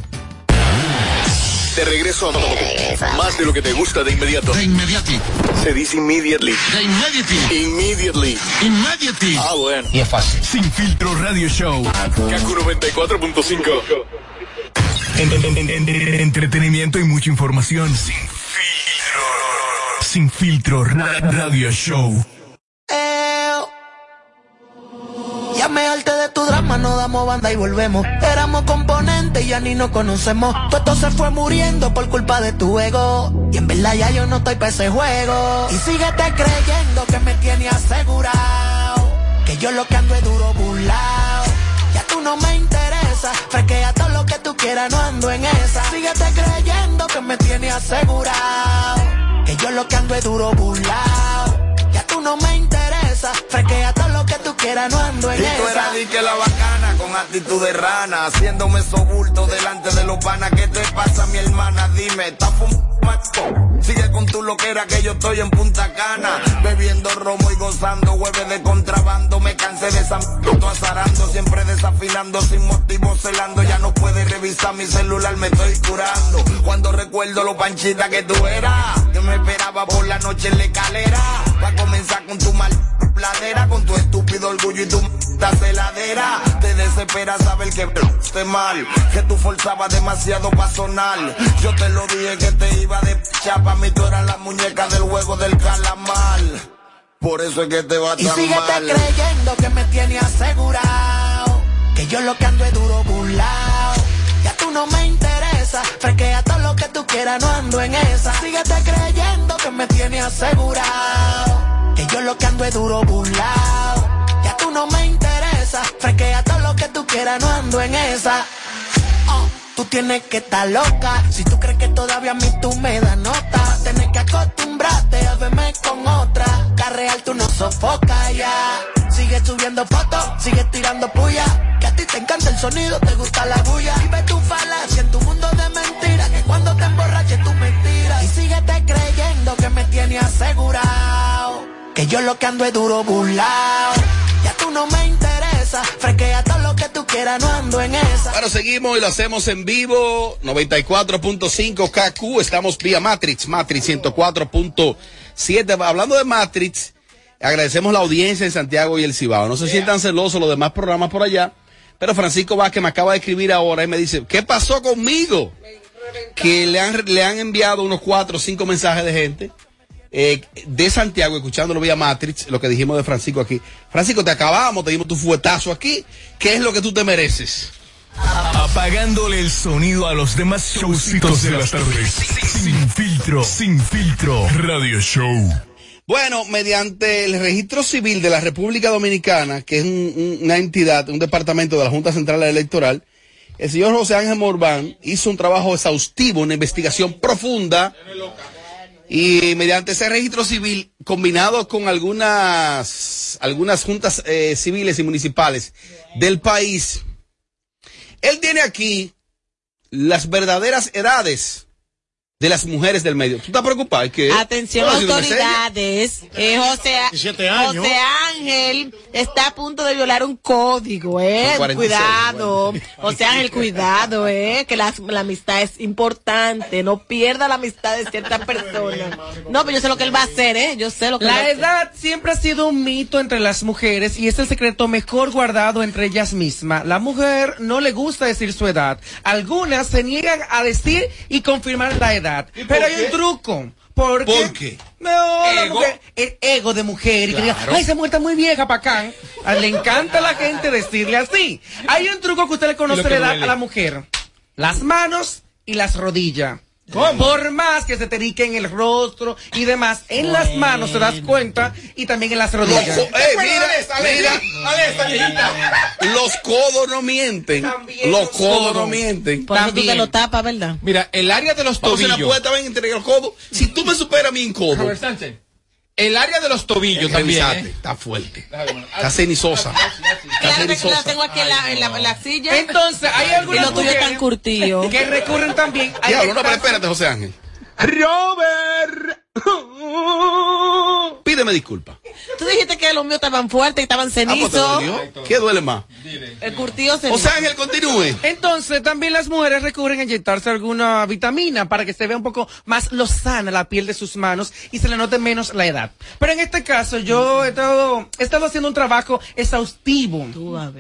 Speaker 10: Te regreso a más de lo que te gusta de inmediato. De inmediati. Se dice immediately. De inmediati. Immediately. Immediately. Ah, bueno. Y es fácil. Sin filtro radio show. Kaku 94.5. En- en- en- en- en- entretenimiento y mucha información. Sin filtro. Sin filtro ra- radio show.
Speaker 11: Eo. Eh, Ya me harté de tu drama, no damos banda y volvemos. Éramos componentes y ya ni nos conocemos. Todo esto se fue muriendo por culpa de tu ego. Y en verdad ya yo no estoy para ese juego. Y síguete creyendo que me tiene asegurado. Que yo lo que ando es duro burlao. Ya tú no me interesa. Fresquea todo lo que tú quieras, no ando en esa. Síguete creyendo que me tiene asegurado. Que yo lo que ando es duro burlao. Ya tú no me interesa. Fresquea todo lo que tú quieras, no ando en
Speaker 12: Y tú
Speaker 11: esa.
Speaker 12: eras di que la bacana con actitud de rana, haciéndome sobulto delante de los panas. ¿Qué te pasa, mi hermana? Dime, está fumando. Sigue con tu loquera que yo estoy en Punta Cana, bebiendo romo y gozando hueves de contrabando. Me cansé de esa m- azarando, siempre desafinando, sin motivo celando. Ya no puedes revisar mi celular, me estoy curando. Cuando recuerdo lo panchita que tú eras, que me esperaba por la noche en la escalera. Va a comenzar con tu mal pladera, con tu estúpido orgullo y tu m- estás heladera. Te desespera saber que esté mal, que tú forzabas demasiado para sonar. Yo te lo dije que te iba de chapa, mi tú eras la muñeca del juego del calamar. Por eso es que te va
Speaker 11: Y
Speaker 12: tan
Speaker 11: síguete
Speaker 12: mal.
Speaker 11: creyendo que me tiene asegurado. Que yo lo que ando es duro burlao. Ya tú no me interesa. Fresquea todo lo que tú quieras, no ando en esa. Síguete creyendo que me tiene asegurado. Que yo lo que ando es duro burlao. Ya tú no me interesa. Fresquea todo lo que tú quieras, no ando en esa. Oh, Tú tienes que estar loca. Si tú crees que todavía a mí tú me das nota, vas a tener que acostumbrarte a verme con otra. Carreal tú no sofoca ya. Sigue subiendo fotos, sigue tirando puya. Que a ti te encanta el sonido, te gusta la bulla. Vive tu falacia en tu mundo de mentiras. Que cuando te emborraches tú mentiras. Y síguete creyendo que me tiene asegurado. Que yo lo que ando es duro burlao. Ya tú no me interesa. Fresquea todo lo que tú quieras, no ando en esa.
Speaker 4: Bueno, seguimos y lo hacemos en vivo. 94.5 KQ. Estamos vía Matrix. Matrix 104.7. Hablando de Matrix, agradecemos la audiencia en Santiago y el Cibao. No se sientan celosos los demás programas por allá. Pero Francisco Vázquez me acaba de escribir ahora y me dice, ¿qué pasó conmigo? Que le han, le han enviado unos cuatro o cinco mensajes de gente eh, de Santiago, escuchándolo vía Matrix, lo que dijimos de Francisco aquí. Francisco, te acabamos, te dimos tu fuetazo aquí. ¿Qué es lo que tú te mereces?
Speaker 10: Apagándole el sonido a los demás showcitos de las tardes. Sin filtro, sin filtro. Radio Show.
Speaker 4: Bueno, mediante el Registro Civil de la República Dominicana, que es un- un- una entidad, un departamento de la Junta Central Electoral, el señor José Ángel Morván hizo un trabajo exhaustivo, una investigación profunda. Y mediante ese registro civil, combinado con algunas, algunas juntas eh, civiles y municipales del país, él tiene aquí las verdaderas edades de las mujeres del medio. ¿Tú estás preocupado? ¿Es que-
Speaker 5: Atención
Speaker 4: No, ha sido una serie.
Speaker 5: autoridades, eh, José, A-
Speaker 4: 17 años.
Speaker 5: José Ángel está a punto de violar un código, eh.
Speaker 4: Son 46,
Speaker 5: cuidado, José Ángel, cuidado, eh, que la, la amistad es importante, no pierda la amistad de cierta persona. No, pero yo sé lo que él va a hacer, eh, yo sé lo que él va a
Speaker 6: La
Speaker 5: hacer.
Speaker 6: edad siempre ha sido un mito entre las mujeres y es el secreto mejor guardado entre ellas mismas. La mujer no le gusta decir su edad. Algunas se niegan a decir y confirmar la edad. Pero hay un truco. ¿Por qué? No, la
Speaker 13: Ego.
Speaker 6: mujer- el ego de mujer. y que diga,
Speaker 13: Claro.
Speaker 6: Ay, esa mujer está muy vieja, pacán. A- Ah, Le encanta a la gente decirle así. Hay un truco que usted le
Speaker 13: Y lo
Speaker 6: conoce
Speaker 13: que
Speaker 6: le da a
Speaker 13: duele.
Speaker 6: la mujer. Las manos y las rodillas. Por más que se te eriquen el rostro y demás, en las manos te das cuenta y también en las rodillas.
Speaker 4: Los co- eh, mira, mira. Los codos no mienten. los codos no mienten.
Speaker 5: Por eso tú te lo tapas, ¿verdad?
Speaker 2: Mira, el área de los
Speaker 4: Vamos a hacer una
Speaker 2: tobillos.
Speaker 4: apuesta, ven, entrega el codo. Si tú me superas a mí en codo.
Speaker 2: Robert Sánchez. El área de los tobillos también.
Speaker 4: Revisate,
Speaker 2: ¿eh?
Speaker 4: Está fuerte. Está cenizosa.
Speaker 2: Ah,
Speaker 5: Claro que
Speaker 4: Sosa.
Speaker 5: la tengo aquí en la, en la- en la silla.
Speaker 6: Entonces, hay
Speaker 5: Y
Speaker 6: algunas
Speaker 5: lo tuyo
Speaker 6: mujeres
Speaker 5: tan curtido.
Speaker 6: que recurren también a
Speaker 4: Diablo, no, pero espérate, José Ángel.
Speaker 6: Robert.
Speaker 4: Pídeme disculpas.
Speaker 5: Tú dijiste que los míos estaban fuertes y estaban
Speaker 4: Ah, pues, ¿te
Speaker 5: cenizos.
Speaker 4: dolió? ¿Qué duele más?
Speaker 5: El curtido cenizo.
Speaker 4: José Ángel, continúe.
Speaker 6: Entonces, también las mujeres recurren a inyectarse alguna vitamina para que se vea un poco más lozana la piel de sus manos y se le note menos la edad. Pero en este caso, yo he estado, he estado haciendo un trabajo exhaustivo.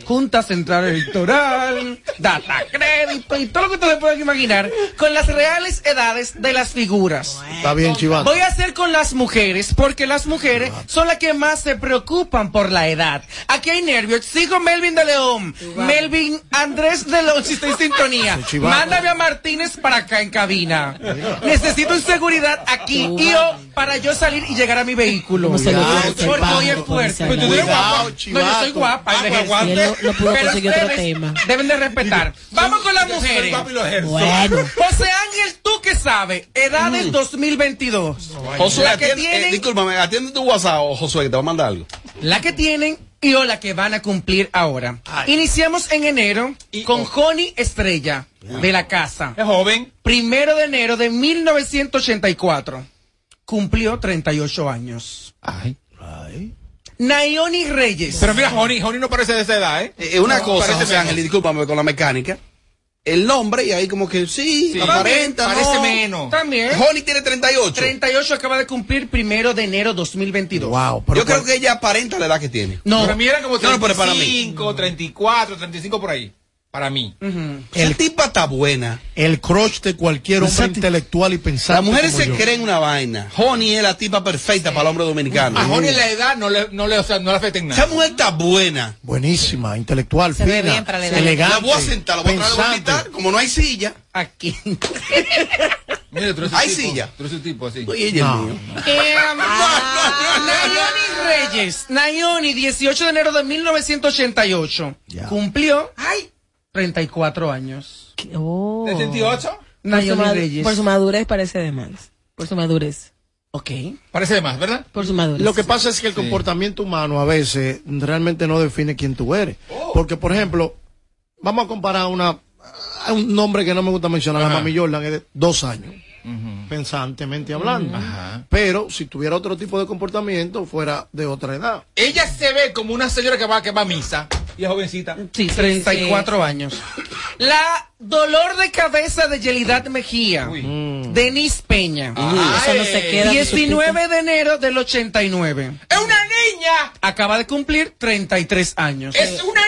Speaker 6: Junta Central Electoral, Data Crédito y todo lo que ustedes pueden imaginar con las reales edades de las figuras.
Speaker 7: Está bien, chivato.
Speaker 6: Voy a hacer con las mujeres, porque las mujeres son las que más se preocupan por la edad. Aquí hay nervios. Sigo Melvin de León. Melvin Andrés de León, si está en sintonía.
Speaker 13: chivato.
Speaker 6: Mándame a Martínez para acá en cabina. Necesito inseguridad aquí y o para yo salir y llegar a mi vehículo.
Speaker 13: se lo
Speaker 6: Ah,
Speaker 13: digo,
Speaker 6: Porque
Speaker 13: chivato,
Speaker 6: hoy es fuerte.
Speaker 13: Pero tú eres guapa.
Speaker 6: Cuidado, chivato. No, yo soy guapa.
Speaker 13: Ah,
Speaker 6: y le
Speaker 13: pero
Speaker 6: ejerzo.
Speaker 13: él lo- lo pudo
Speaker 6: Pero
Speaker 13: conseguir otro
Speaker 6: ustedes
Speaker 13: tema.
Speaker 6: Deben de respetar. Vamos con las mujeres.
Speaker 13: Bueno. Mm.
Speaker 6: José Ángel, ¿tú qué sabes? Edades 2022.
Speaker 4: Josué,
Speaker 6: la, que
Speaker 4: atiende, eh,
Speaker 6: tienen,
Speaker 4: discúlpame, atiende tu WhatsApp, oh, Josué, que te va a mandar algo.
Speaker 6: la que tienen y o la que van a cumplir ahora. Iniciamos en enero con Joni Estrella, de la casa. Es joven. Primero de enero de 1984. Cumplió 38 años. Ay. Nayoni Reyes.
Speaker 2: Pero mira, Joni, Joni no parece de esa edad, ¿eh?
Speaker 4: Eh, una
Speaker 2: No,
Speaker 4: cosa,
Speaker 2: parece
Speaker 4: José
Speaker 2: menos.
Speaker 4: Ángel, y discúlpame con la mecánica. el nombre y ahí como que sí,
Speaker 6: Sí.
Speaker 4: aparenta.
Speaker 6: Parece
Speaker 4: no.
Speaker 6: menos. También.
Speaker 4: Honey tiene 38.
Speaker 6: 38 acaba de cumplir primero de enero 2022.
Speaker 7: Wow.
Speaker 4: Yo creo que ella aparenta la edad que tiene.
Speaker 6: No.
Speaker 2: Para mí era como
Speaker 4: No, no, pero para
Speaker 6: *laughs*
Speaker 4: mí.
Speaker 2: 35, 34, 35 por ahí. Para mí.
Speaker 4: El tipo está buena.
Speaker 7: El crush de cualquier hombre intelectual y pensante.
Speaker 4: Las mujeres
Speaker 7: como
Speaker 4: se
Speaker 7: yo.
Speaker 4: creen una vaina. Honey es la tipa perfecta para el hombre dominicano.
Speaker 2: A Jorge la edad no le, no le, o sea, no le afecta en nada.
Speaker 4: Esa mujer está buena.
Speaker 7: Buenísima, intelectual,
Speaker 2: Se ve
Speaker 7: fina,
Speaker 2: bien para la edad.
Speaker 7: elegante.
Speaker 4: La voy a sentar, la voy a traer a
Speaker 7: pensante.
Speaker 4: vomitar, como no hay silla. *laughs*
Speaker 6: Aquí.
Speaker 2: Mira, tú eres un
Speaker 4: Hay
Speaker 2: tipo,
Speaker 4: silla.
Speaker 2: Tú eres un tipo así.
Speaker 4: Oye, ella es
Speaker 2: No.
Speaker 4: mío.
Speaker 6: Nayoni Reyes. Nayoni, 18 de enero de 1988. Cumplió. ¡Ay! 34 años.
Speaker 5: Oh.
Speaker 6: ¿De 68?
Speaker 5: Por su,
Speaker 6: Nayoni
Speaker 5: madu-
Speaker 6: Reyes.
Speaker 5: por su madurez parece de más. Por su madurez.
Speaker 6: Ok.
Speaker 2: Parece de más, ¿verdad?
Speaker 5: Por su madurez.
Speaker 7: Lo que pasa es que el comportamiento humano a veces realmente no define quién tú eres.
Speaker 2: Oh.
Speaker 7: Porque, por ejemplo, vamos a comparar una, a un nombre que no me gusta mencionar,
Speaker 2: Ajá.
Speaker 7: la Mami Jordan, es de dos años, pensantemente hablando. Pero si tuviera otro tipo de comportamiento, fuera de otra edad.
Speaker 2: Ella se ve como una señora que va, que va a misa. Y es jovencita.
Speaker 6: Sí, 34 años. La dolor de cabeza de Yelidad Mejía. Denis Peña.
Speaker 5: Ah, eso no se
Speaker 6: Ay.
Speaker 5: queda,
Speaker 6: 19 de enero del 89.
Speaker 2: ¡Es una niña!
Speaker 6: Acaba de cumplir 33 años.
Speaker 2: ¡Es una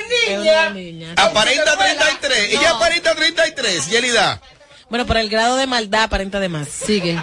Speaker 2: niña!
Speaker 4: Aparenta 33. Ella aparenta 33, Yelida.
Speaker 5: Bueno, por el grado de maldad aparenta de más. Sigue.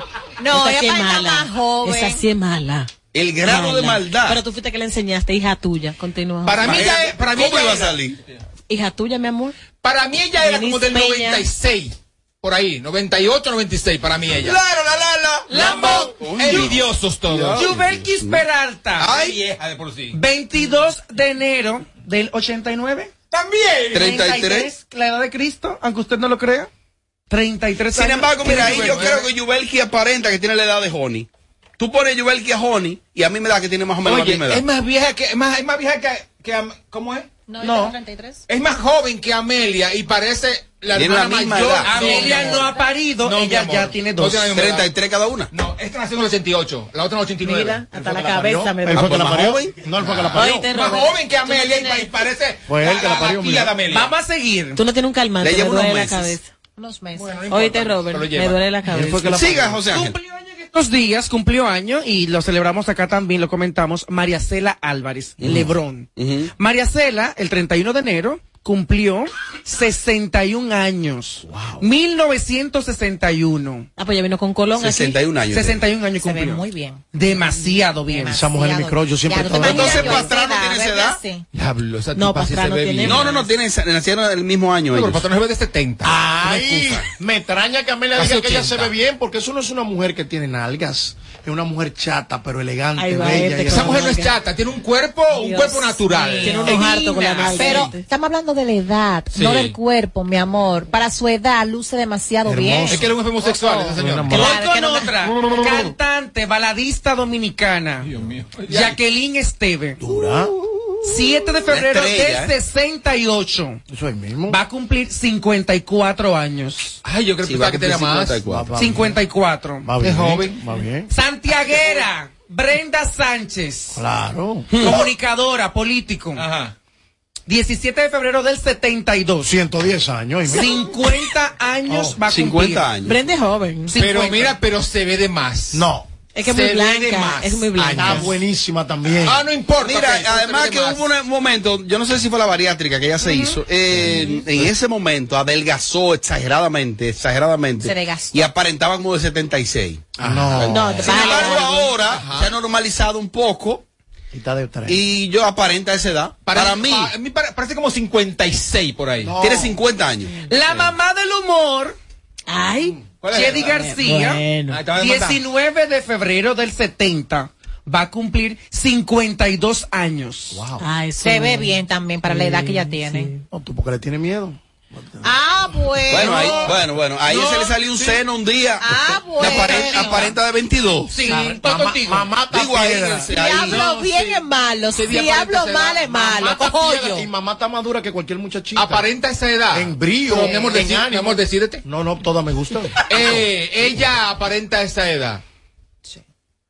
Speaker 1: No,
Speaker 5: Esa sí
Speaker 1: ella
Speaker 5: es
Speaker 1: aparenta
Speaker 5: mala.
Speaker 1: más joven.
Speaker 5: Esa sí es mala.
Speaker 4: El grado de maldad.
Speaker 5: Pero tú fuiste que le enseñaste, hija tuya. Continúa.
Speaker 2: Para mí ya es- Eh, para mí
Speaker 4: ¿Cómo
Speaker 2: ya
Speaker 4: iba a
Speaker 2: era.
Speaker 4: salir?
Speaker 5: Hija tuya, mi amor.
Speaker 2: Para mí ella era como del
Speaker 5: Denise
Speaker 2: 96. Por ahí, 98, 96, para mí ella.
Speaker 4: Claro, la la la.
Speaker 2: Lambón. Envidiosos todos.
Speaker 6: Yuberkis Peralta.
Speaker 2: Ay, vieja de por sí.
Speaker 6: 22 de enero del 89.
Speaker 2: También.
Speaker 4: 33.
Speaker 6: La edad de Cristo, aunque usted no lo crea. 33
Speaker 4: Sin
Speaker 6: años.
Speaker 4: embargo, mira, ahí
Speaker 6: Tiene
Speaker 4: yo
Speaker 6: 19.
Speaker 4: creo que Yubelki aparenta que tiene la edad de Honey. Tú pones Yubelki a Honey y a mí me da que tiene más o menos
Speaker 2: Oye,
Speaker 4: la misma edad.
Speaker 2: es más vieja que, es más, es más vieja que, que Am- ¿cómo es?
Speaker 1: No,
Speaker 2: No.
Speaker 1: no. 33.
Speaker 2: Es más joven que Amelia y parece la
Speaker 4: Tiene la
Speaker 2: hermana
Speaker 4: misma
Speaker 2: mayor.
Speaker 4: edad.
Speaker 6: Amelia
Speaker 2: mi
Speaker 6: no
Speaker 2: amor.
Speaker 6: ha parido,
Speaker 2: mi
Speaker 6: ella
Speaker 2: amor.
Speaker 6: ya tiene dos.
Speaker 2: No tiene la misma edad.
Speaker 4: 33 cada una.
Speaker 2: No, esta nació en el 88, la otra en el 89.
Speaker 5: Mira,
Speaker 2: Él
Speaker 5: hasta
Speaker 2: fue
Speaker 5: la
Speaker 2: que parió.
Speaker 5: cabeza me
Speaker 2: Él
Speaker 7: Él fue
Speaker 2: fue
Speaker 7: que la
Speaker 2: más
Speaker 7: parió.
Speaker 2: joven.
Speaker 7: No, él fue que la parió.
Speaker 5: Oíste,
Speaker 2: Más
Speaker 5: Roberto.
Speaker 2: joven que Amelia y pa- y parece
Speaker 7: Fue él que la parió,
Speaker 2: tía
Speaker 7: mira.
Speaker 2: de Amelia.
Speaker 6: Vamos a seguir.
Speaker 5: Tú no tienes un calmante.
Speaker 4: Le llevo
Speaker 5: me duele
Speaker 4: unos
Speaker 5: la
Speaker 4: meses.
Speaker 5: cabeza.
Speaker 1: Unos meses.
Speaker 5: Oíste, Robert.
Speaker 2: pero lo lleva.
Speaker 5: Me duele la cabeza.
Speaker 4: Siga, José Ángel.
Speaker 6: Estos días cumplió año y lo celebramos acá también, lo comentamos, María Cela Álvarez,
Speaker 1: Mm.
Speaker 6: Lebrón.
Speaker 4: Ujú.
Speaker 6: María Cela, el 31 de enero, cumplió 61 años. 1961.
Speaker 1: Ah, pues ya vino con Colón. aquí.
Speaker 4: 61 años.
Speaker 6: 61 años
Speaker 1: Se ve
Speaker 6: cumplió.
Speaker 1: muy bien.
Speaker 6: Demasiado bien.
Speaker 7: Esa mujer en mi crush, yo siempre
Speaker 1: Ya,
Speaker 7: estaba.
Speaker 1: te imaginas
Speaker 4: Entonces,
Speaker 1: yo
Speaker 4: Pastrana
Speaker 1: esa
Speaker 4: tiene esa
Speaker 1: ¿verdad?
Speaker 4: edad.
Speaker 1: Sí.
Speaker 2: Diablo, esa
Speaker 5: No,
Speaker 2: tipa sí se
Speaker 5: Pastrana
Speaker 2: ve
Speaker 5: tiene
Speaker 2: bien.
Speaker 4: No, no, no, tiene, nacieron el mismo año.
Speaker 2: No, pero
Speaker 4: ellos.
Speaker 2: Pastrana es de 70.
Speaker 7: Ay, me extraña que Amelia
Speaker 2: Casi
Speaker 7: diga que ella
Speaker 2: 80.
Speaker 7: se ve bien, porque eso no es una mujer que tiene nalgas. Es una mujer chata, pero elegante,
Speaker 5: Ahí va
Speaker 7: bella.
Speaker 5: este
Speaker 7: y
Speaker 5: con
Speaker 2: Esa mujer no es
Speaker 5: Dios.
Speaker 2: chata, tiene un cuerpo, un
Speaker 5: Dios
Speaker 2: cuerpo natural.
Speaker 5: mío. Tiene unos hartos con la
Speaker 2: Divina.
Speaker 5: nalga.
Speaker 1: Pero
Speaker 5: Sí.
Speaker 1: estamos hablando de la edad,
Speaker 2: Sí.
Speaker 1: no del cuerpo, mi amor. Para su edad luce demasiado bien.
Speaker 2: Es que era un enfermo sexual, esa señora.
Speaker 6: Voy
Speaker 1: Claro, que
Speaker 6: con
Speaker 1: no-
Speaker 6: otra. Cantante, baladista dominicana.
Speaker 2: Dios mío.
Speaker 6: Jacqueline Esteve.
Speaker 7: dura.
Speaker 6: 7 de febrero
Speaker 4: Una estrella,
Speaker 6: del 68.
Speaker 7: Eso es mismo.
Speaker 6: Va a cumplir 54 años.
Speaker 2: Ay, yo creo que
Speaker 4: Sí, va
Speaker 2: pensaba
Speaker 4: a
Speaker 2: que tenía
Speaker 4: cumplir
Speaker 2: más.
Speaker 4: 54.
Speaker 6: 54.
Speaker 7: Va bien, Va bien.
Speaker 2: Es joven.
Speaker 7: Va bien.
Speaker 6: Santiaguera, Brenda Sánchez,
Speaker 7: Claro.
Speaker 6: comunicadora, político.
Speaker 2: Ajá.
Speaker 6: 17 de febrero del 72.
Speaker 7: 110 años. Y mira,
Speaker 6: 50 años
Speaker 7: Oh,
Speaker 6: va a cumplir.
Speaker 4: 50 años.
Speaker 5: Brenda es joven.
Speaker 6: 50.
Speaker 2: Pero mira, pero se ve de más.
Speaker 7: no.
Speaker 5: Es que es
Speaker 2: Se
Speaker 5: muy
Speaker 2: ve de
Speaker 5: blanca.
Speaker 2: más.
Speaker 5: Es muy
Speaker 7: Está
Speaker 5: blanca.
Speaker 7: ah, buenísima también.
Speaker 2: Ah, no importa.
Speaker 4: Mira,
Speaker 2: ok,
Speaker 4: además
Speaker 2: se ve
Speaker 4: que
Speaker 2: de más.
Speaker 4: hubo un momento, yo no sé si fue la bariátrica que ella se hizo, eh, en ese momento adelgazó exageradamente, exageradamente.
Speaker 1: Se adelgazó.
Speaker 4: Y aparentaba como de 76.
Speaker 2: Ah.
Speaker 7: no.
Speaker 5: No,
Speaker 4: Sin embargo,
Speaker 5: vaya.
Speaker 4: ahora se ha normalizado un poco
Speaker 7: Y está de tres.
Speaker 4: y yo aparenta esa edad. Para, mí,
Speaker 2: pa- a mí pare- parece como 56 por ahí.
Speaker 7: No.
Speaker 4: tiene 50 años.
Speaker 6: La mamá del humor,
Speaker 5: Ay.
Speaker 2: ¿Cuál es?
Speaker 6: Chedi García,
Speaker 2: Ah, estaba de maldad.
Speaker 6: 19 de febrero del 70, va a cumplir 52 años.
Speaker 7: Wow.
Speaker 5: Ay,
Speaker 1: Se
Speaker 5: sí.
Speaker 1: ve bien también para la edad que ella tiene.
Speaker 7: No, tú porque le tienes miedo.
Speaker 1: Ah, pues.
Speaker 4: Bueno, ahí, bueno, bueno, ahí
Speaker 2: No,
Speaker 4: se le salió un
Speaker 2: sí.
Speaker 4: seno un día.
Speaker 1: Ah,
Speaker 4: Que
Speaker 1: bueno.
Speaker 4: aparenta, aparenta de 22.
Speaker 2: Sí,
Speaker 7: Claro,
Speaker 2: estoy
Speaker 7: mamá-
Speaker 2: contigo.
Speaker 7: mamá está
Speaker 4: Digo ahí,
Speaker 7: piedra.
Speaker 4: ahí.
Speaker 1: Diablo bien es malo,
Speaker 2: Sí,
Speaker 1: si
Speaker 2: aparenta
Speaker 1: hablo
Speaker 2: esa edad.
Speaker 1: mal es
Speaker 7: Mamá
Speaker 1: malo,
Speaker 7: está piedra
Speaker 1: cojollo.
Speaker 7: Y mamá está más dura que cualquier muchachita.
Speaker 2: Aparenta esa
Speaker 4: *laughs*
Speaker 2: edad.
Speaker 7: En brío,
Speaker 2: Pero, mi amor,
Speaker 7: en
Speaker 2: decí-
Speaker 7: ánimo.
Speaker 2: mi amor, decídete.
Speaker 7: No, no, toda me gusta.
Speaker 2: Eh, ella aparenta esa edad.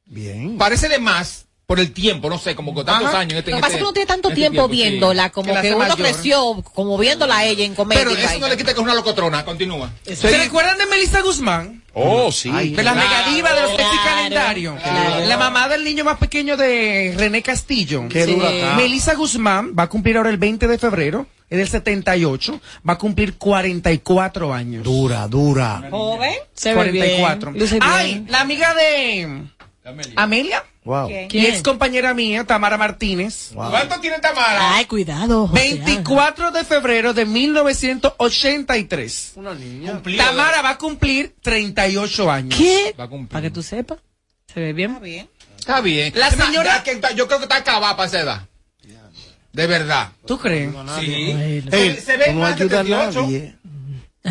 Speaker 7: Bien.
Speaker 2: Parece de más, Por el tiempo, no sé, como con tantos
Speaker 1: Ajá.
Speaker 2: años. en este-
Speaker 1: Lo
Speaker 2: en
Speaker 1: que pasa es
Speaker 2: este-
Speaker 1: que uno tiene tanto
Speaker 2: en este
Speaker 1: tiempo
Speaker 2: sí.
Speaker 1: viéndola, como
Speaker 2: la
Speaker 1: que
Speaker 2: hace
Speaker 1: uno
Speaker 2: mayor.
Speaker 1: creció como viéndola a ella en comedia.
Speaker 2: Pero eso
Speaker 1: y
Speaker 2: no
Speaker 1: vaina.
Speaker 2: le quita que es una locotrona. Continúa.
Speaker 6: ¿Se recuerdan de Melissa Guzmán?
Speaker 4: Oh, sí.
Speaker 6: de la
Speaker 2: claro,
Speaker 6: megadiva de los
Speaker 2: claro,
Speaker 6: sexy calendario.
Speaker 2: claro.
Speaker 6: La mamá del niño más pequeño de René Castillo.
Speaker 7: Qué dura está.
Speaker 6: Melissa Guzmán va a cumplir ahora el 20 de febrero, es del 78, va a cumplir 44 años.
Speaker 7: Dura, dura.
Speaker 5: Joven. Se ve bien.
Speaker 6: 44.
Speaker 5: Luce bien.
Speaker 6: Ay, la amiga de Amelia.
Speaker 7: Wow.
Speaker 5: ¿Quién?
Speaker 6: Y ex compañera mía, Tamara Martínez.
Speaker 2: ¿Cuánto tiene Tamara?
Speaker 5: Ay, cuidado.
Speaker 6: 24 de febrero de 1983.
Speaker 7: Una niña.
Speaker 6: Tamara va a cumplir 38 años.
Speaker 5: ¿Qué?
Speaker 2: Va a cumplir.
Speaker 5: Para que tú sepas. Se ve bien. Está bien.
Speaker 2: Está bien.
Speaker 6: La
Speaker 2: Esa-
Speaker 6: señora-
Speaker 2: ya que está- yo creo que está acabada para esa edad. De verdad.
Speaker 6: ¿Tú crees?
Speaker 2: Sí.
Speaker 7: Ey,
Speaker 2: se, se ve
Speaker 7: no
Speaker 2: más de
Speaker 7: ayuda a
Speaker 2: 38.
Speaker 7: nadie.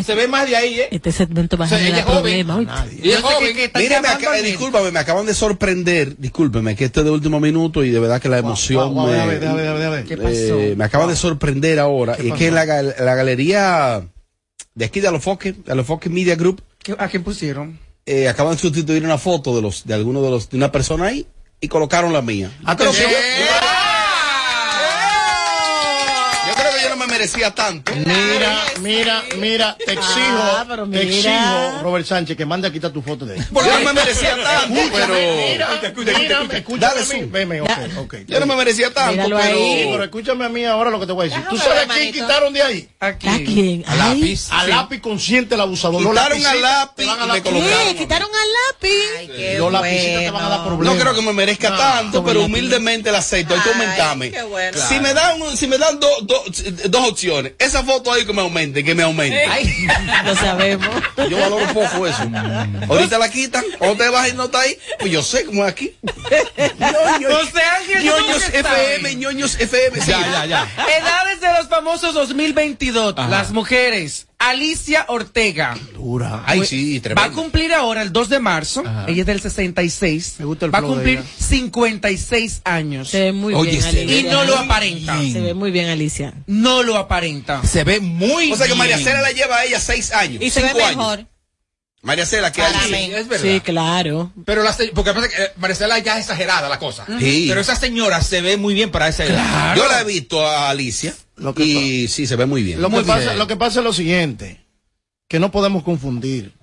Speaker 2: Se ve más de ahí, ¿eh?
Speaker 5: Este segmento va a
Speaker 2: O sea, ella
Speaker 5: generar
Speaker 2: es joven.
Speaker 5: problemas. oíste.
Speaker 2: Y es joven.
Speaker 4: Mire, me acaba- discúlpame, me acaban de sorprender, discúlpeme, que este es de último minuto y de verdad que la emoción
Speaker 7: Wow,
Speaker 4: me,
Speaker 7: déjame, ver, déjame, ver, déjame ver.
Speaker 4: eh, me acaba de sorprender ahora.
Speaker 7: ¿Qué
Speaker 4: Y es que en la, gal- la galería de aquí de Alofoque, Alofoque Media Group,
Speaker 6: ¿Qué- ¿A quién pusieron?
Speaker 4: eh, acaban de sustituir una foto de los de alguno de los de una persona ahí y colocaron la mía. Yo creo que yo- yo creo que yo no me merecía tanto.
Speaker 7: Mira, mira, mira, te exijo,
Speaker 5: Ah, pero
Speaker 7: te
Speaker 5: mira.
Speaker 7: exijo, Robert Sánchez, que mande a quitar tu foto de ahí.
Speaker 4: Porque no me merecía tanto,
Speaker 7: Escúchame,
Speaker 4: pero
Speaker 7: mira, mira, me escucha
Speaker 4: Dale
Speaker 7: a mí.
Speaker 4: zoom.
Speaker 7: Veme, ok, ok.
Speaker 4: yo no me merecía tanto,
Speaker 5: Míralo
Speaker 4: pero
Speaker 7: Sí, pero escúchame a mí ahora lo que te voy a decir. ¿Tú
Speaker 5: Déjame
Speaker 7: sabes
Speaker 5: ver,
Speaker 7: quién
Speaker 5: manito.
Speaker 7: quitaron de ahí?
Speaker 6: Aquí.
Speaker 5: ¿A quién?
Speaker 4: A
Speaker 5: Ay,
Speaker 4: lápiz.
Speaker 7: Al
Speaker 4: sí.
Speaker 7: lápiz consciente el abusador. Los
Speaker 4: Quitaron al
Speaker 7: lapicitos
Speaker 4: lápiz
Speaker 7: te van a
Speaker 4: y
Speaker 7: dar
Speaker 4: me
Speaker 7: problemas.
Speaker 5: ¿Qué?
Speaker 4: colocaron.
Speaker 5: ¿Quitaron al lápiz?
Speaker 7: Los lapicitos te van a dar
Speaker 4: No
Speaker 7: problemas.
Speaker 4: creo que me merezca tanto, pero humildemente la acepto. Hay que aumentarme.
Speaker 5: qué bueno.
Speaker 4: Si me dan, un- si me dan do- do- dos opciones, esa foto ahí que me aumente, que me aumente.
Speaker 5: Lo sabemos.
Speaker 4: Yo valoro poco eso.
Speaker 7: Mm.
Speaker 4: Ahorita la quitan, o te vas y no está ahí. Pues yo sé cómo es
Speaker 5: *laughs*
Speaker 4: aquí. ñoños,
Speaker 6: José Ángel, ¿tú
Speaker 4: ñoños
Speaker 6: dónde estás?
Speaker 4: FM, ñoños FM. sí.
Speaker 2: Ya, ya, ya.
Speaker 6: *laughs* Edades de los famosos 2022. Las mujeres. Alicia Ortega.
Speaker 7: Dura.
Speaker 4: Ay,
Speaker 6: Va
Speaker 4: sí,
Speaker 6: a
Speaker 4: tremendo.
Speaker 6: cumplir ahora el 2 de marzo. Ella es del 66.
Speaker 7: Me gusta el
Speaker 6: Va a
Speaker 7: flow de
Speaker 6: cumplir
Speaker 7: ella.
Speaker 6: 56 años.
Speaker 5: Se ve muy
Speaker 2: Oye,
Speaker 5: bien,
Speaker 2: se
Speaker 5: Alicia.
Speaker 6: Y no lo aparenta.
Speaker 5: Se ve muy bien, Alicia.
Speaker 6: No lo aparenta.
Speaker 2: Se ve muy
Speaker 4: O sea que María
Speaker 2: bien.
Speaker 4: Cela la lleva a ella seis años.
Speaker 5: Y se ve
Speaker 4: cinco años.
Speaker 5: mejor. Ah,
Speaker 4: María Cela, ¿qué hace?
Speaker 2: Sí, es verdad.
Speaker 5: Sí, claro.
Speaker 2: Pero la se- porque pasa que eh, Maricela ya es exagerada la cosa.
Speaker 4: Sí.
Speaker 2: Pero esa señora se ve muy bien para esa edad.
Speaker 4: Yo la he visto a Alicia.
Speaker 7: Lo que
Speaker 4: Y sí, se ve muy bien.
Speaker 7: Lo que,
Speaker 2: Muy
Speaker 7: pasa,
Speaker 2: bien.
Speaker 7: lo que pasa es lo siguiente, que no podemos confundir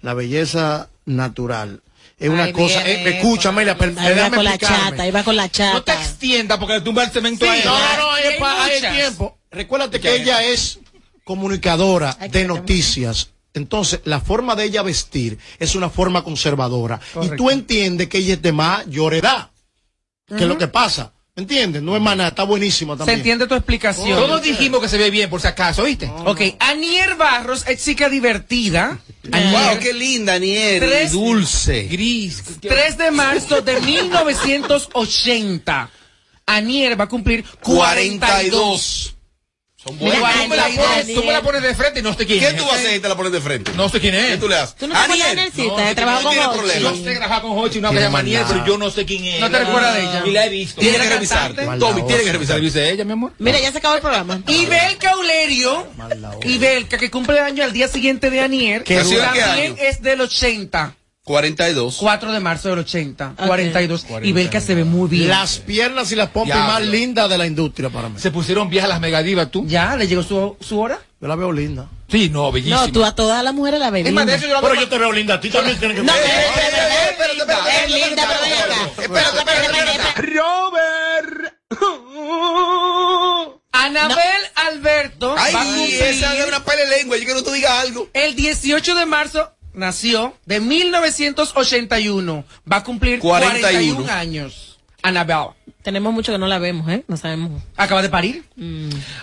Speaker 7: la belleza natural. Es una
Speaker 1: Ahí
Speaker 7: cosa,
Speaker 1: viene
Speaker 7: eh, escúchame, la, per-
Speaker 5: Ahí va
Speaker 7: déjame
Speaker 5: con la
Speaker 7: explicarme.
Speaker 5: chata, ahí va con la
Speaker 2: No te
Speaker 5: chata.
Speaker 2: extienda porque le tumba el cemento a
Speaker 7: Sí,
Speaker 2: ella.
Speaker 7: no, no, no, ahí es pa- ahí es
Speaker 6: muchas.
Speaker 7: tiempo. Recuérdate que ella es comunicadora de noticias. Entonces, la forma de ella vestir es una forma conservadora. Y tú entiendes que ella es de mayor edad. Que es lo que pasa. ¿Entiendes? No es maná, está buenísimo
Speaker 6: Se
Speaker 7: también.
Speaker 6: entiende tu explicación.
Speaker 2: Todos dijimos que se ve bien por si acaso, ¿viste?
Speaker 6: Ok, Anier Barros es chica divertida.
Speaker 4: Wow, qué linda, Nier.
Speaker 6: Tres-
Speaker 4: y Dulce.
Speaker 2: Gris. ¿qué-
Speaker 6: 3 de marzo de 1980. Anier va a cumplir 42.
Speaker 4: 42. Son
Speaker 2: Mira,
Speaker 4: buenas.
Speaker 2: tú, me la
Speaker 5: Ay,
Speaker 2: pones,
Speaker 5: Daniel.
Speaker 2: tú me la pones de frente y no sé quién
Speaker 4: ¿Qué
Speaker 2: es,
Speaker 4: tú
Speaker 2: ¿ok?
Speaker 4: vas a hacer y te la pones de frente?
Speaker 2: No sé quién
Speaker 4: ¿Qué
Speaker 2: es.
Speaker 4: tú le haces? Ah,
Speaker 5: Tú no te acuerdas
Speaker 4: Aniel.
Speaker 5: de Nelsita, de trabajo
Speaker 4: no
Speaker 5: con
Speaker 4: tiene
Speaker 2: Yo
Speaker 4: problema.
Speaker 5: Ochi.
Speaker 2: sé trabajar con Hochi, una que se llama Aniel, pero yo no sé quién es.
Speaker 6: No te recuerdas de ella.
Speaker 2: Y la he visto.
Speaker 4: Tiene que
Speaker 6: Era
Speaker 4: revisar.
Speaker 6: cantante.
Speaker 4: Tommy, tiene que revisar.
Speaker 2: de ella, mi amor?
Speaker 5: Mira, ya se acabó el programa.
Speaker 6: Y Belka Ulerio, y Belka, que cumple año al día siguiente de Anier,
Speaker 4: ¿Qué
Speaker 6: también
Speaker 4: nació en qué año?
Speaker 6: es del 80,
Speaker 4: 42.
Speaker 6: 4 de marzo del 80,
Speaker 5: Ok.
Speaker 6: 42. Y Belka se ve muy bien.
Speaker 7: Las piernas y las pompas
Speaker 2: Diablo.
Speaker 7: más lindas de la industria para mí.
Speaker 2: Se pusieron viejas las megadivas, tú.
Speaker 6: ¿Ya? Ah, ¿Le llegó su, su hora?
Speaker 7: Yo la veo linda.
Speaker 2: Sí, no, bellísima.
Speaker 5: No, tú a todas las mujeres la ves.
Speaker 2: Es más, de
Speaker 5: linda.
Speaker 2: hecho yo la
Speaker 7: Pero yo te veo linda, a ti también tienes que
Speaker 5: No, pero-
Speaker 7: Eh,
Speaker 5: pero- pero-
Speaker 4: eh, pero-
Speaker 5: pero-
Speaker 4: pero-
Speaker 5: es
Speaker 4: pero-
Speaker 5: linda, pero ven acá.
Speaker 4: Espérate, espérate, espérate.
Speaker 6: Anabel Alberto va a
Speaker 4: Ay,
Speaker 6: cumplir
Speaker 4: esa es una pele lengua. Yo quiero que tú digas algo.
Speaker 6: el 18 de marzo, nació, de 1981. Va a cumplir 41,
Speaker 4: 41.
Speaker 6: años. Anabel.
Speaker 5: Tenemos mucho que no la vemos, ¿eh? No sabemos. Mm.
Speaker 6: Acaba de parir.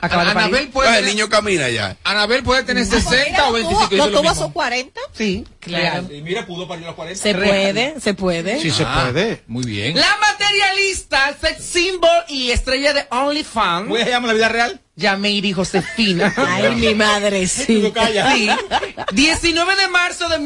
Speaker 6: Acaba de
Speaker 2: Ana-
Speaker 6: parir.
Speaker 2: Anabel
Speaker 4: Ah,
Speaker 2: puede
Speaker 4: El
Speaker 2: tener,
Speaker 4: niño camina ya.
Speaker 2: Anabel puede tener 60 o 25. eso
Speaker 1: ¿No
Speaker 2: es lo
Speaker 1: tuvo a
Speaker 2: mismo.
Speaker 1: sus 40?
Speaker 6: Sí.
Speaker 5: Claro.
Speaker 2: Y mira, pudo parir los 40.
Speaker 5: Se puede, se puede.
Speaker 7: Sí se puede.
Speaker 2: Muy bien.
Speaker 6: La materialista, sex symbol y estrella de
Speaker 2: ¿Voy a
Speaker 6: OnlyFans,
Speaker 2: llamar la vida real?
Speaker 6: Yameiri Josefina.
Speaker 5: Ay, mi madre, sí.
Speaker 2: Tú calla.
Speaker 6: Sí. 19 de marzo de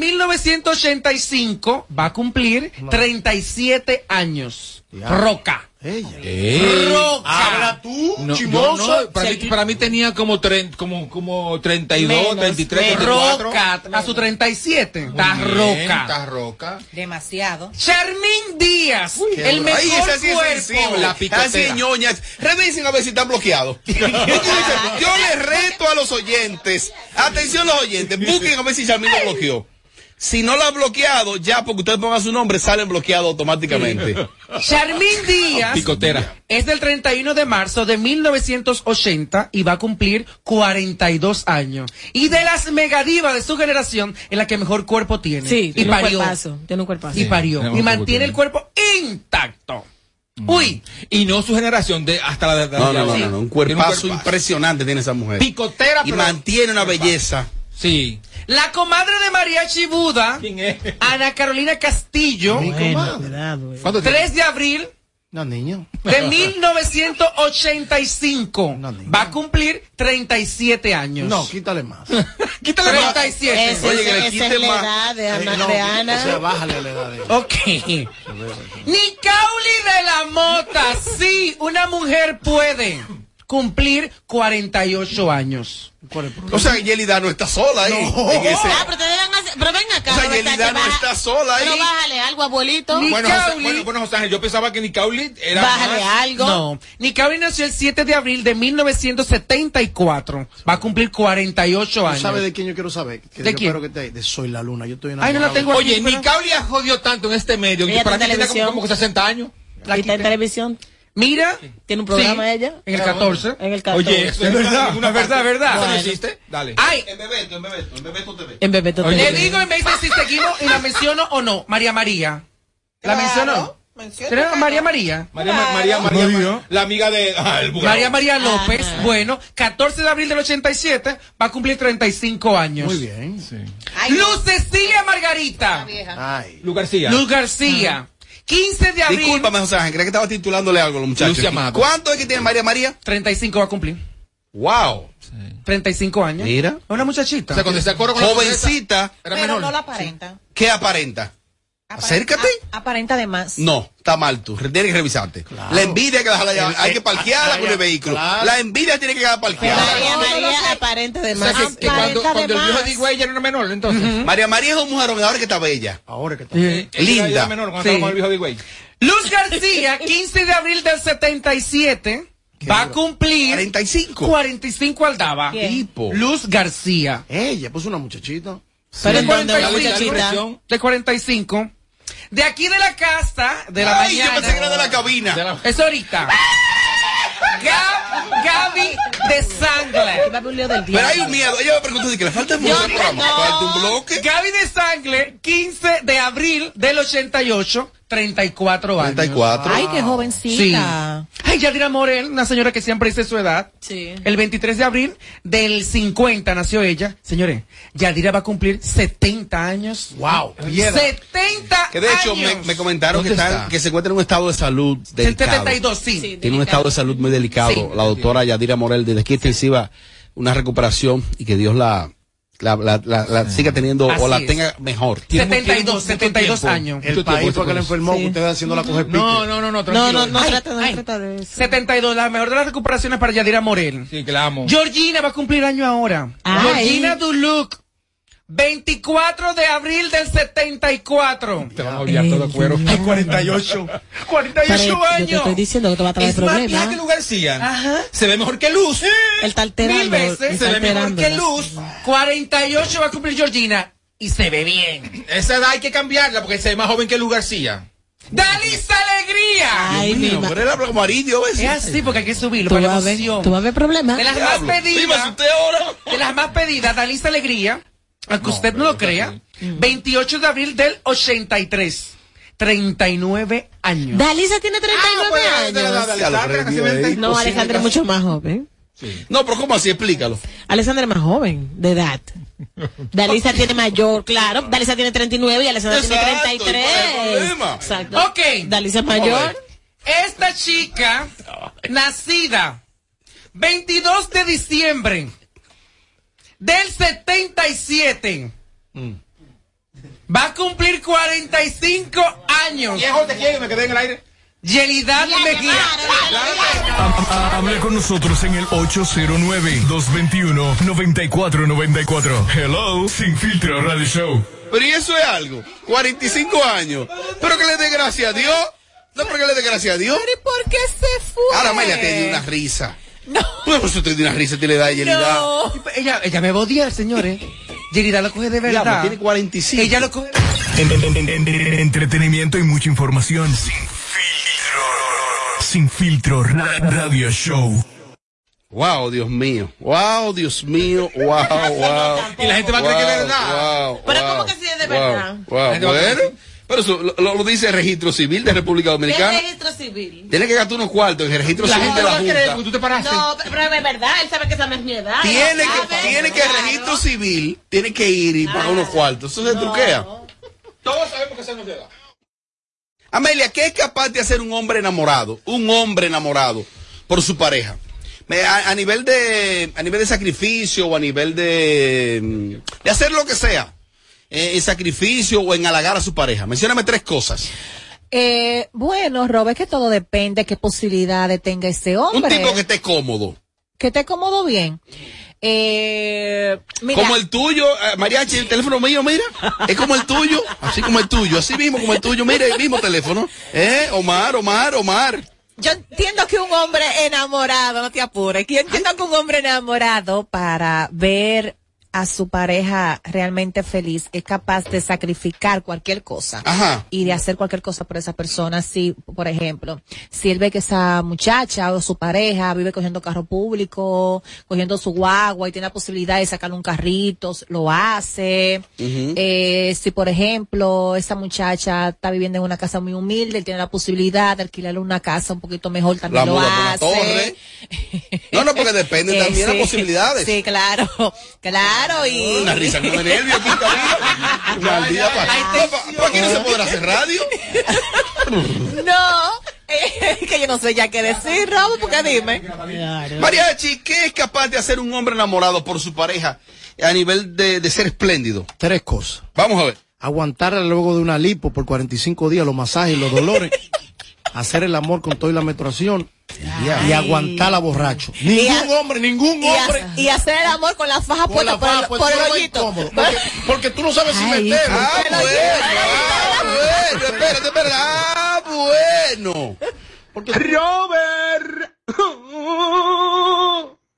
Speaker 6: 1985 va a cumplir 37 años. Roca.
Speaker 7: Ella.
Speaker 2: Roca.
Speaker 7: Habla tú,
Speaker 2: No, yo
Speaker 7: chimoso.
Speaker 2: no, para, mí, para mí tenía como, tren- como, como 32,
Speaker 5: Menos,
Speaker 2: 33,
Speaker 5: menos.
Speaker 2: 34.
Speaker 6: Roca a su 37. bien. Está roca.
Speaker 17: Está roca.
Speaker 1: Demasiado.
Speaker 6: Charmín Díaz,
Speaker 4: Qué
Speaker 6: el
Speaker 4: duro.
Speaker 6: mejor
Speaker 4: Ay, esa sí es
Speaker 6: cuerpo.
Speaker 4: sensible. Así ñoña. Revisen a ver si están bloqueados. Yo les reto a los oyentes. Atención los oyentes. Busquen a ver si Charmín lo bloqueó. Si no lo ha bloqueado, ya porque ustedes pongan su nombre, salen bloqueados automáticamente.
Speaker 6: Charmín Díaz
Speaker 4: Picotera.
Speaker 6: es del 31 de marzo de 1980 y va a cumplir 42 años. Y de las megadivas de su generación es la que mejor cuerpo tiene.
Speaker 5: Sí,
Speaker 6: y
Speaker 5: tiene un
Speaker 6: parió.
Speaker 5: cuerpazo. Tiene un cuerpazo.
Speaker 6: Y parió.
Speaker 2: Sí,
Speaker 6: y mantiene el cuerpo intacto. Uy.
Speaker 2: Y no su generación de hasta la de
Speaker 4: No, no, no, no, no. Un
Speaker 2: Tiene
Speaker 4: cuerpazo impresionante tiene esa mujer.
Speaker 6: Picotera,
Speaker 4: Y
Speaker 6: pero-
Speaker 4: mantiene una belleza.
Speaker 2: Sí.
Speaker 6: La comadre de María Chibuda, Ana Carolina Castillo,
Speaker 7: ¿Cuándo tiene?
Speaker 6: 3 de abril
Speaker 7: No, niño.
Speaker 6: de 1985, va a cumplir 37 años.
Speaker 7: No, quítale más.
Speaker 6: *laughs* Quítale más. 37.
Speaker 7: Ese- Oye, que le ese- quiten esa es la más. edad de Ana- Eh, no, de Ana. o sea, bájale la edad
Speaker 6: Ok. Nicauli de la Mota, sí, una mujer puede cumplir 48 años.
Speaker 4: O sea, Yelida no está sola ahí.
Speaker 2: Oh,
Speaker 4: En ese-
Speaker 5: Ah, pero te deben hacer- pero ven acá.
Speaker 4: O sea,
Speaker 5: Roberta,
Speaker 4: Yelida
Speaker 5: que
Speaker 4: no
Speaker 5: baja-
Speaker 4: está sola ahí.
Speaker 5: Pero bájale algo, abuelito.
Speaker 2: Bueno, José, bueno, bueno, José Ángel, yo pensaba que Nicauli era. más-
Speaker 6: No. Nicauli nació el 7 de abril de 1974. Va a cumplir 48
Speaker 7: ¿Tú
Speaker 6: años.
Speaker 7: sabes de quién yo quiero saber? Que
Speaker 6: ¿De
Speaker 7: yo
Speaker 6: quién?
Speaker 7: espero que te- de Soy la Luna. Yo estoy
Speaker 6: Ay, no la tengo aquí,
Speaker 2: Oye,
Speaker 6: pero-
Speaker 2: Nicauli ha jodido tanto en este medio.
Speaker 6: Ella
Speaker 2: que para
Speaker 6: está
Speaker 2: mí
Speaker 6: en
Speaker 2: tiene como,
Speaker 6: televisión.
Speaker 2: como 60 años.
Speaker 5: Y está en televisión.
Speaker 6: Mira.
Speaker 5: Tiene un programa
Speaker 6: Sí,
Speaker 5: ella.
Speaker 6: en el 14.
Speaker 5: En el 14.
Speaker 6: Oye, eso es verdad, una verdad, verdad.
Speaker 5: Bueno.
Speaker 2: ¿Existe? Dale.
Speaker 6: Ay.
Speaker 4: En Bebeto, en Bebeto, en Bebeto te ve.
Speaker 5: En Bebeto
Speaker 4: te
Speaker 6: Le
Speaker 4: ve.
Speaker 6: digo y me dice si seguimos y la menciono o no. María María. ¿La mencionó? ¿Será María María?
Speaker 2: María, Ma- María, María, Ma- la amiga de. ah, el bugalón.
Speaker 6: María María López, bueno, 14 de abril del 87, va a cumplir 35 años. Muy
Speaker 7: bien.
Speaker 6: Luz Cecilia Margarita.
Speaker 4: Ah.
Speaker 2: Lu García.
Speaker 6: Luz García. 15 de abril.
Speaker 4: Discúlpame, José Ángel, creía que estaba titulándole algo a los muchachos.
Speaker 6: Lucia Mato.
Speaker 4: ¿Cuánto es que tiene María María?
Speaker 6: 35 va a cumplir.
Speaker 4: ¡Wow!
Speaker 6: 35 años.
Speaker 4: Mira.
Speaker 6: Una muchachita.
Speaker 4: O sea, cuando se acordó con la Jovencita.
Speaker 1: Pero no la aparenta.
Speaker 4: ¿Qué aparenta? Acércate.
Speaker 1: Aparenta de más.
Speaker 4: No, está mal tú. Tienes que revisarte. La envidia hay que dejarla ya.
Speaker 1: El-
Speaker 4: Hay que parquearla
Speaker 1: Ah,
Speaker 4: con
Speaker 1: ya,
Speaker 4: el vehículo.
Speaker 1: claro.
Speaker 4: La envidia tiene que quedar parqueada.
Speaker 5: María María aparente de
Speaker 4: O sea,
Speaker 5: más.
Speaker 4: que- que cuando- cuando yo digo
Speaker 2: ella era una menor, entonces.
Speaker 4: María María es un mujerón ahora que está bella.
Speaker 7: Ahora que está
Speaker 4: bella.
Speaker 2: Ella era
Speaker 4: Linda.
Speaker 2: menor cuando estaba con el viejo de Higüey.
Speaker 6: Eh, Luz García, *laughs* 15 de abril del 77, va a cumplir
Speaker 4: 45.
Speaker 6: 45 aldaba.
Speaker 7: ¿Quién? Tipo.
Speaker 6: Luz García.
Speaker 7: Ella, pues una muchachita.
Speaker 6: Pero
Speaker 7: Sí.
Speaker 6: de 45. De 45. De aquí de la casa, de la
Speaker 4: Ay, yo
Speaker 6: mañana.
Speaker 4: pensé que era de la cabina.
Speaker 6: Es ahorita. Gab- Gaby de Sangler.
Speaker 4: Pero hay un miedo. Ella me preguntó si que le falta mucho al programa. Falta un bloque.
Speaker 6: Gaby de Sangler, 15 de abril del 88, 34 años.
Speaker 4: 34.
Speaker 1: Ay, qué jovencita.
Speaker 6: Sí. Ay, Yadira Morel, una señora que siempre dice su edad.
Speaker 5: Sí.
Speaker 6: El 23 de abril del 50 nació ella. Señores, Yadira va a cumplir 70 años.
Speaker 7: ¡Wow!
Speaker 4: mierda.
Speaker 6: 70
Speaker 4: Que de hecho
Speaker 6: años.
Speaker 4: me, me comentaron que,
Speaker 6: ¿Dónde
Speaker 4: están-
Speaker 6: está?
Speaker 4: que se encuentra en un estado de salud delicado.
Speaker 6: 72, sí.
Speaker 4: Tiene un estado de salud muy delicado.
Speaker 6: Sí.
Speaker 4: La doctora Yadira Morel desde aquí extensiva una recuperación y que Dios la, la, la- la- la siga teniendo
Speaker 6: Así
Speaker 4: o la
Speaker 6: es.
Speaker 4: tenga mejor.
Speaker 6: 72, 72 años.
Speaker 7: El país
Speaker 6: este
Speaker 7: fue que la enfermó, que ustedes haciendo la coger pique.
Speaker 6: No, no, no, no, tranquilo. Ay, ay. 72, la mejor de las recuperaciones para Yadira Morel.
Speaker 2: Sí, que la amo.
Speaker 6: Georgina va a cumplir año ahora.
Speaker 2: Ay.
Speaker 6: Georgina Duluc. 24 de abril del 74.
Speaker 2: Te van a obviar todo cuero.
Speaker 5: *laughs*
Speaker 6: 48. 48
Speaker 5: Pare- yo
Speaker 6: años.
Speaker 5: te estoy diciendo que te va a traer
Speaker 6: Es más
Speaker 5: problemas.
Speaker 6: vieja que
Speaker 2: Lu García.
Speaker 6: Ajá.
Speaker 2: Se ve mejor que Luz.
Speaker 5: Ah. Él está alterando.
Speaker 6: Mil veces.
Speaker 5: está
Speaker 6: Se ve mejor
Speaker 5: alterando.
Speaker 6: que Luz. 48 va a cumplir Georgina. Y se ve bien.
Speaker 2: Esa edad hay que cambiarla porque se ve más joven que Lu García.
Speaker 6: ¡Dalisa Alegría!
Speaker 5: Ay, mi
Speaker 4: Pero él habla como amarillo, ¿ves?
Speaker 6: Es así porque hay que subirlo
Speaker 5: Tú
Speaker 6: para la
Speaker 5: vas a ver-
Speaker 6: emoción.
Speaker 5: tú vas a ver problemas.
Speaker 6: De las
Speaker 5: Diablo.
Speaker 6: más
Speaker 5: Sí, me
Speaker 6: pedidas. De las más pedidas, Dalisa Alegría, aunque usted no lo crea, 28 de abril del 83. 39 años. Ah,
Speaker 5: Dalisa tiene 39 años. No, Alejandra es mucho más joven.
Speaker 4: No, pero ¿cómo así? Explícalo.
Speaker 5: Alessandra es más joven de
Speaker 6: *laughs*
Speaker 5: edad. Dalisa tiene mayor, claro. Dalisa tiene 39 y Alessandra tiene
Speaker 6: Exacto, ¿y cuál es el
Speaker 5: 33.
Speaker 6: problema?
Speaker 5: Exacto.
Speaker 6: Ok.
Speaker 5: Dalisa es mayor.
Speaker 6: Esta chica, nacida 22 de diciembre del 77, va a cumplir 45 años.
Speaker 2: Viejo, te quiero, me quedé en el aire.
Speaker 6: Yelidad Mejía.
Speaker 10: Habla con nosotros en el 809-221-9494. Hello, Sin Filtro Radio Show.
Speaker 4: Pero y eso es algo. 45 años. Pero que le dé gracias a Dios. No, pero que le dé gracias a Dios.
Speaker 1: Pero ¿y por qué se fue?
Speaker 4: Ahora Amelia te dio una risa. No. Bueno, pues usted te dio una risa, te le da a Yelida.
Speaker 6: pues, Ella, ella me va a odiar, señores. Yerida lo coge de verdad.
Speaker 4: Diablo, tiene 45.
Speaker 6: Ella lo coge.
Speaker 10: En- en- en- en- en- entretenimiento y mucha información. Sin filtro. Sin filtro ra- radio show.
Speaker 4: Wow, Dios mío. Wow, Dios mío.
Speaker 2: *laughs*
Speaker 4: Wow, wow.
Speaker 2: Y la gente va a creer que es verdad.
Speaker 4: Wow,
Speaker 2: Pero
Speaker 4: wow,
Speaker 2: ¿cómo que sí es de
Speaker 4: wow,
Speaker 2: verdad?
Speaker 4: wow.
Speaker 2: La gente va a creer
Speaker 4: Bueno, pero eso lo, lo- lo dice el registro civil de República Dominicana.
Speaker 5: registro civil?
Speaker 4: Tiene que gastar unos cuartos en el registro
Speaker 5: La
Speaker 4: civil
Speaker 5: gente
Speaker 4: de la
Speaker 5: va a
Speaker 4: Junta.
Speaker 5: creer porque tú te No, pero pero es verdad, él sabe que esa no es mi edad.
Speaker 4: Tiene
Speaker 5: Él
Speaker 2: Ah,
Speaker 4: que,
Speaker 5: sabe.
Speaker 4: tiene que el registro civil, tiene que ir y pagar unos cuartos. Eso se truquea.
Speaker 2: Todos sabemos que esa no es de edad.
Speaker 4: Amelia, ¿qué es capaz de hacer un hombre enamorado? Un hombre enamorado por su pareja. Me- A, a nivel de a nivel de sacrificio o a nivel de mm, de hacer lo que sea. eh, en sacrificio o en halagar a su pareja. Mencióname tres cosas.
Speaker 1: Eh, bueno, Rob, es que todo depende de qué posibilidades tenga ese
Speaker 4: Un
Speaker 1: hombre.
Speaker 4: tipo que esté cómodo.
Speaker 1: Que te acomodo bien. Eh, mira,
Speaker 4: Como el tuyo, eh, Mariachi, el teléfono mío, mira. Es como el tuyo, así como el tuyo, así mismo como el tuyo. Mira, el mismo teléfono. ¿Eh? Omar, Omar, Omar.
Speaker 1: yo entiendo que un hombre enamorado, no te apures, que yo entiendo que un hombre enamorado para ver a su pareja realmente feliz es capaz de sacrificar cualquier cosa
Speaker 4: Ajá.
Speaker 1: y de hacer cualquier cosa por esa persona. Si, por ejemplo, si él ve que esa muchacha o su pareja vive cogiendo carro público, cogiendo su guagua y tiene la posibilidad de sacarle un carrito, lo hace. Eh, si, por ejemplo, esa muchacha está viviendo en una casa muy humilde, él tiene la posibilidad de alquilarle una casa un poquito mejor,
Speaker 4: La
Speaker 1: también lo
Speaker 4: muda por la
Speaker 1: hace.
Speaker 4: torre. No, no, porque depende
Speaker 1: Eh,
Speaker 4: también de
Speaker 1: *laughs* sí.
Speaker 4: las posibilidades.
Speaker 1: Sí, claro, *laughs* claro. Y...
Speaker 4: Una risa como de nervio aquí,
Speaker 1: *laughs*
Speaker 4: cabrón. *laughs* Maldita pa- pa-
Speaker 1: Ah.
Speaker 4: pa- ¿Por qué no se podrá hacer *laughs* radio? Oh,
Speaker 1: No, eh, que yo no sé ya qué decir, Robo, porque dime.
Speaker 4: Mariachi, ¿qué es capaz de hacer un hombre enamorado por su pareja a nivel de, de ser espléndido?
Speaker 7: Tres cosas.
Speaker 4: Vamos a ver.
Speaker 7: Aguantarla luego de una lipo por 45 días, los masajes y
Speaker 6: *laughs*
Speaker 7: los dolores. Hacer el amor con toda la menstruación. Y aguantarla borracho. Ningún hombre, ningún
Speaker 1: Y, ha-
Speaker 7: hombre.
Speaker 1: y hacer el amor con la faja
Speaker 7: Con la
Speaker 1: puesta por,
Speaker 7: faja
Speaker 1: el,
Speaker 7: puesta,
Speaker 1: por el
Speaker 7: no, no,
Speaker 1: hoyito.
Speaker 7: incómodo, porque- Porque tú no sabes si
Speaker 1: Ay,
Speaker 7: meterlo.
Speaker 1: ah,
Speaker 7: Pero
Speaker 1: bueno,
Speaker 4: ah, bueno, espérate, espérate. Ah, bueno.
Speaker 13: Robert.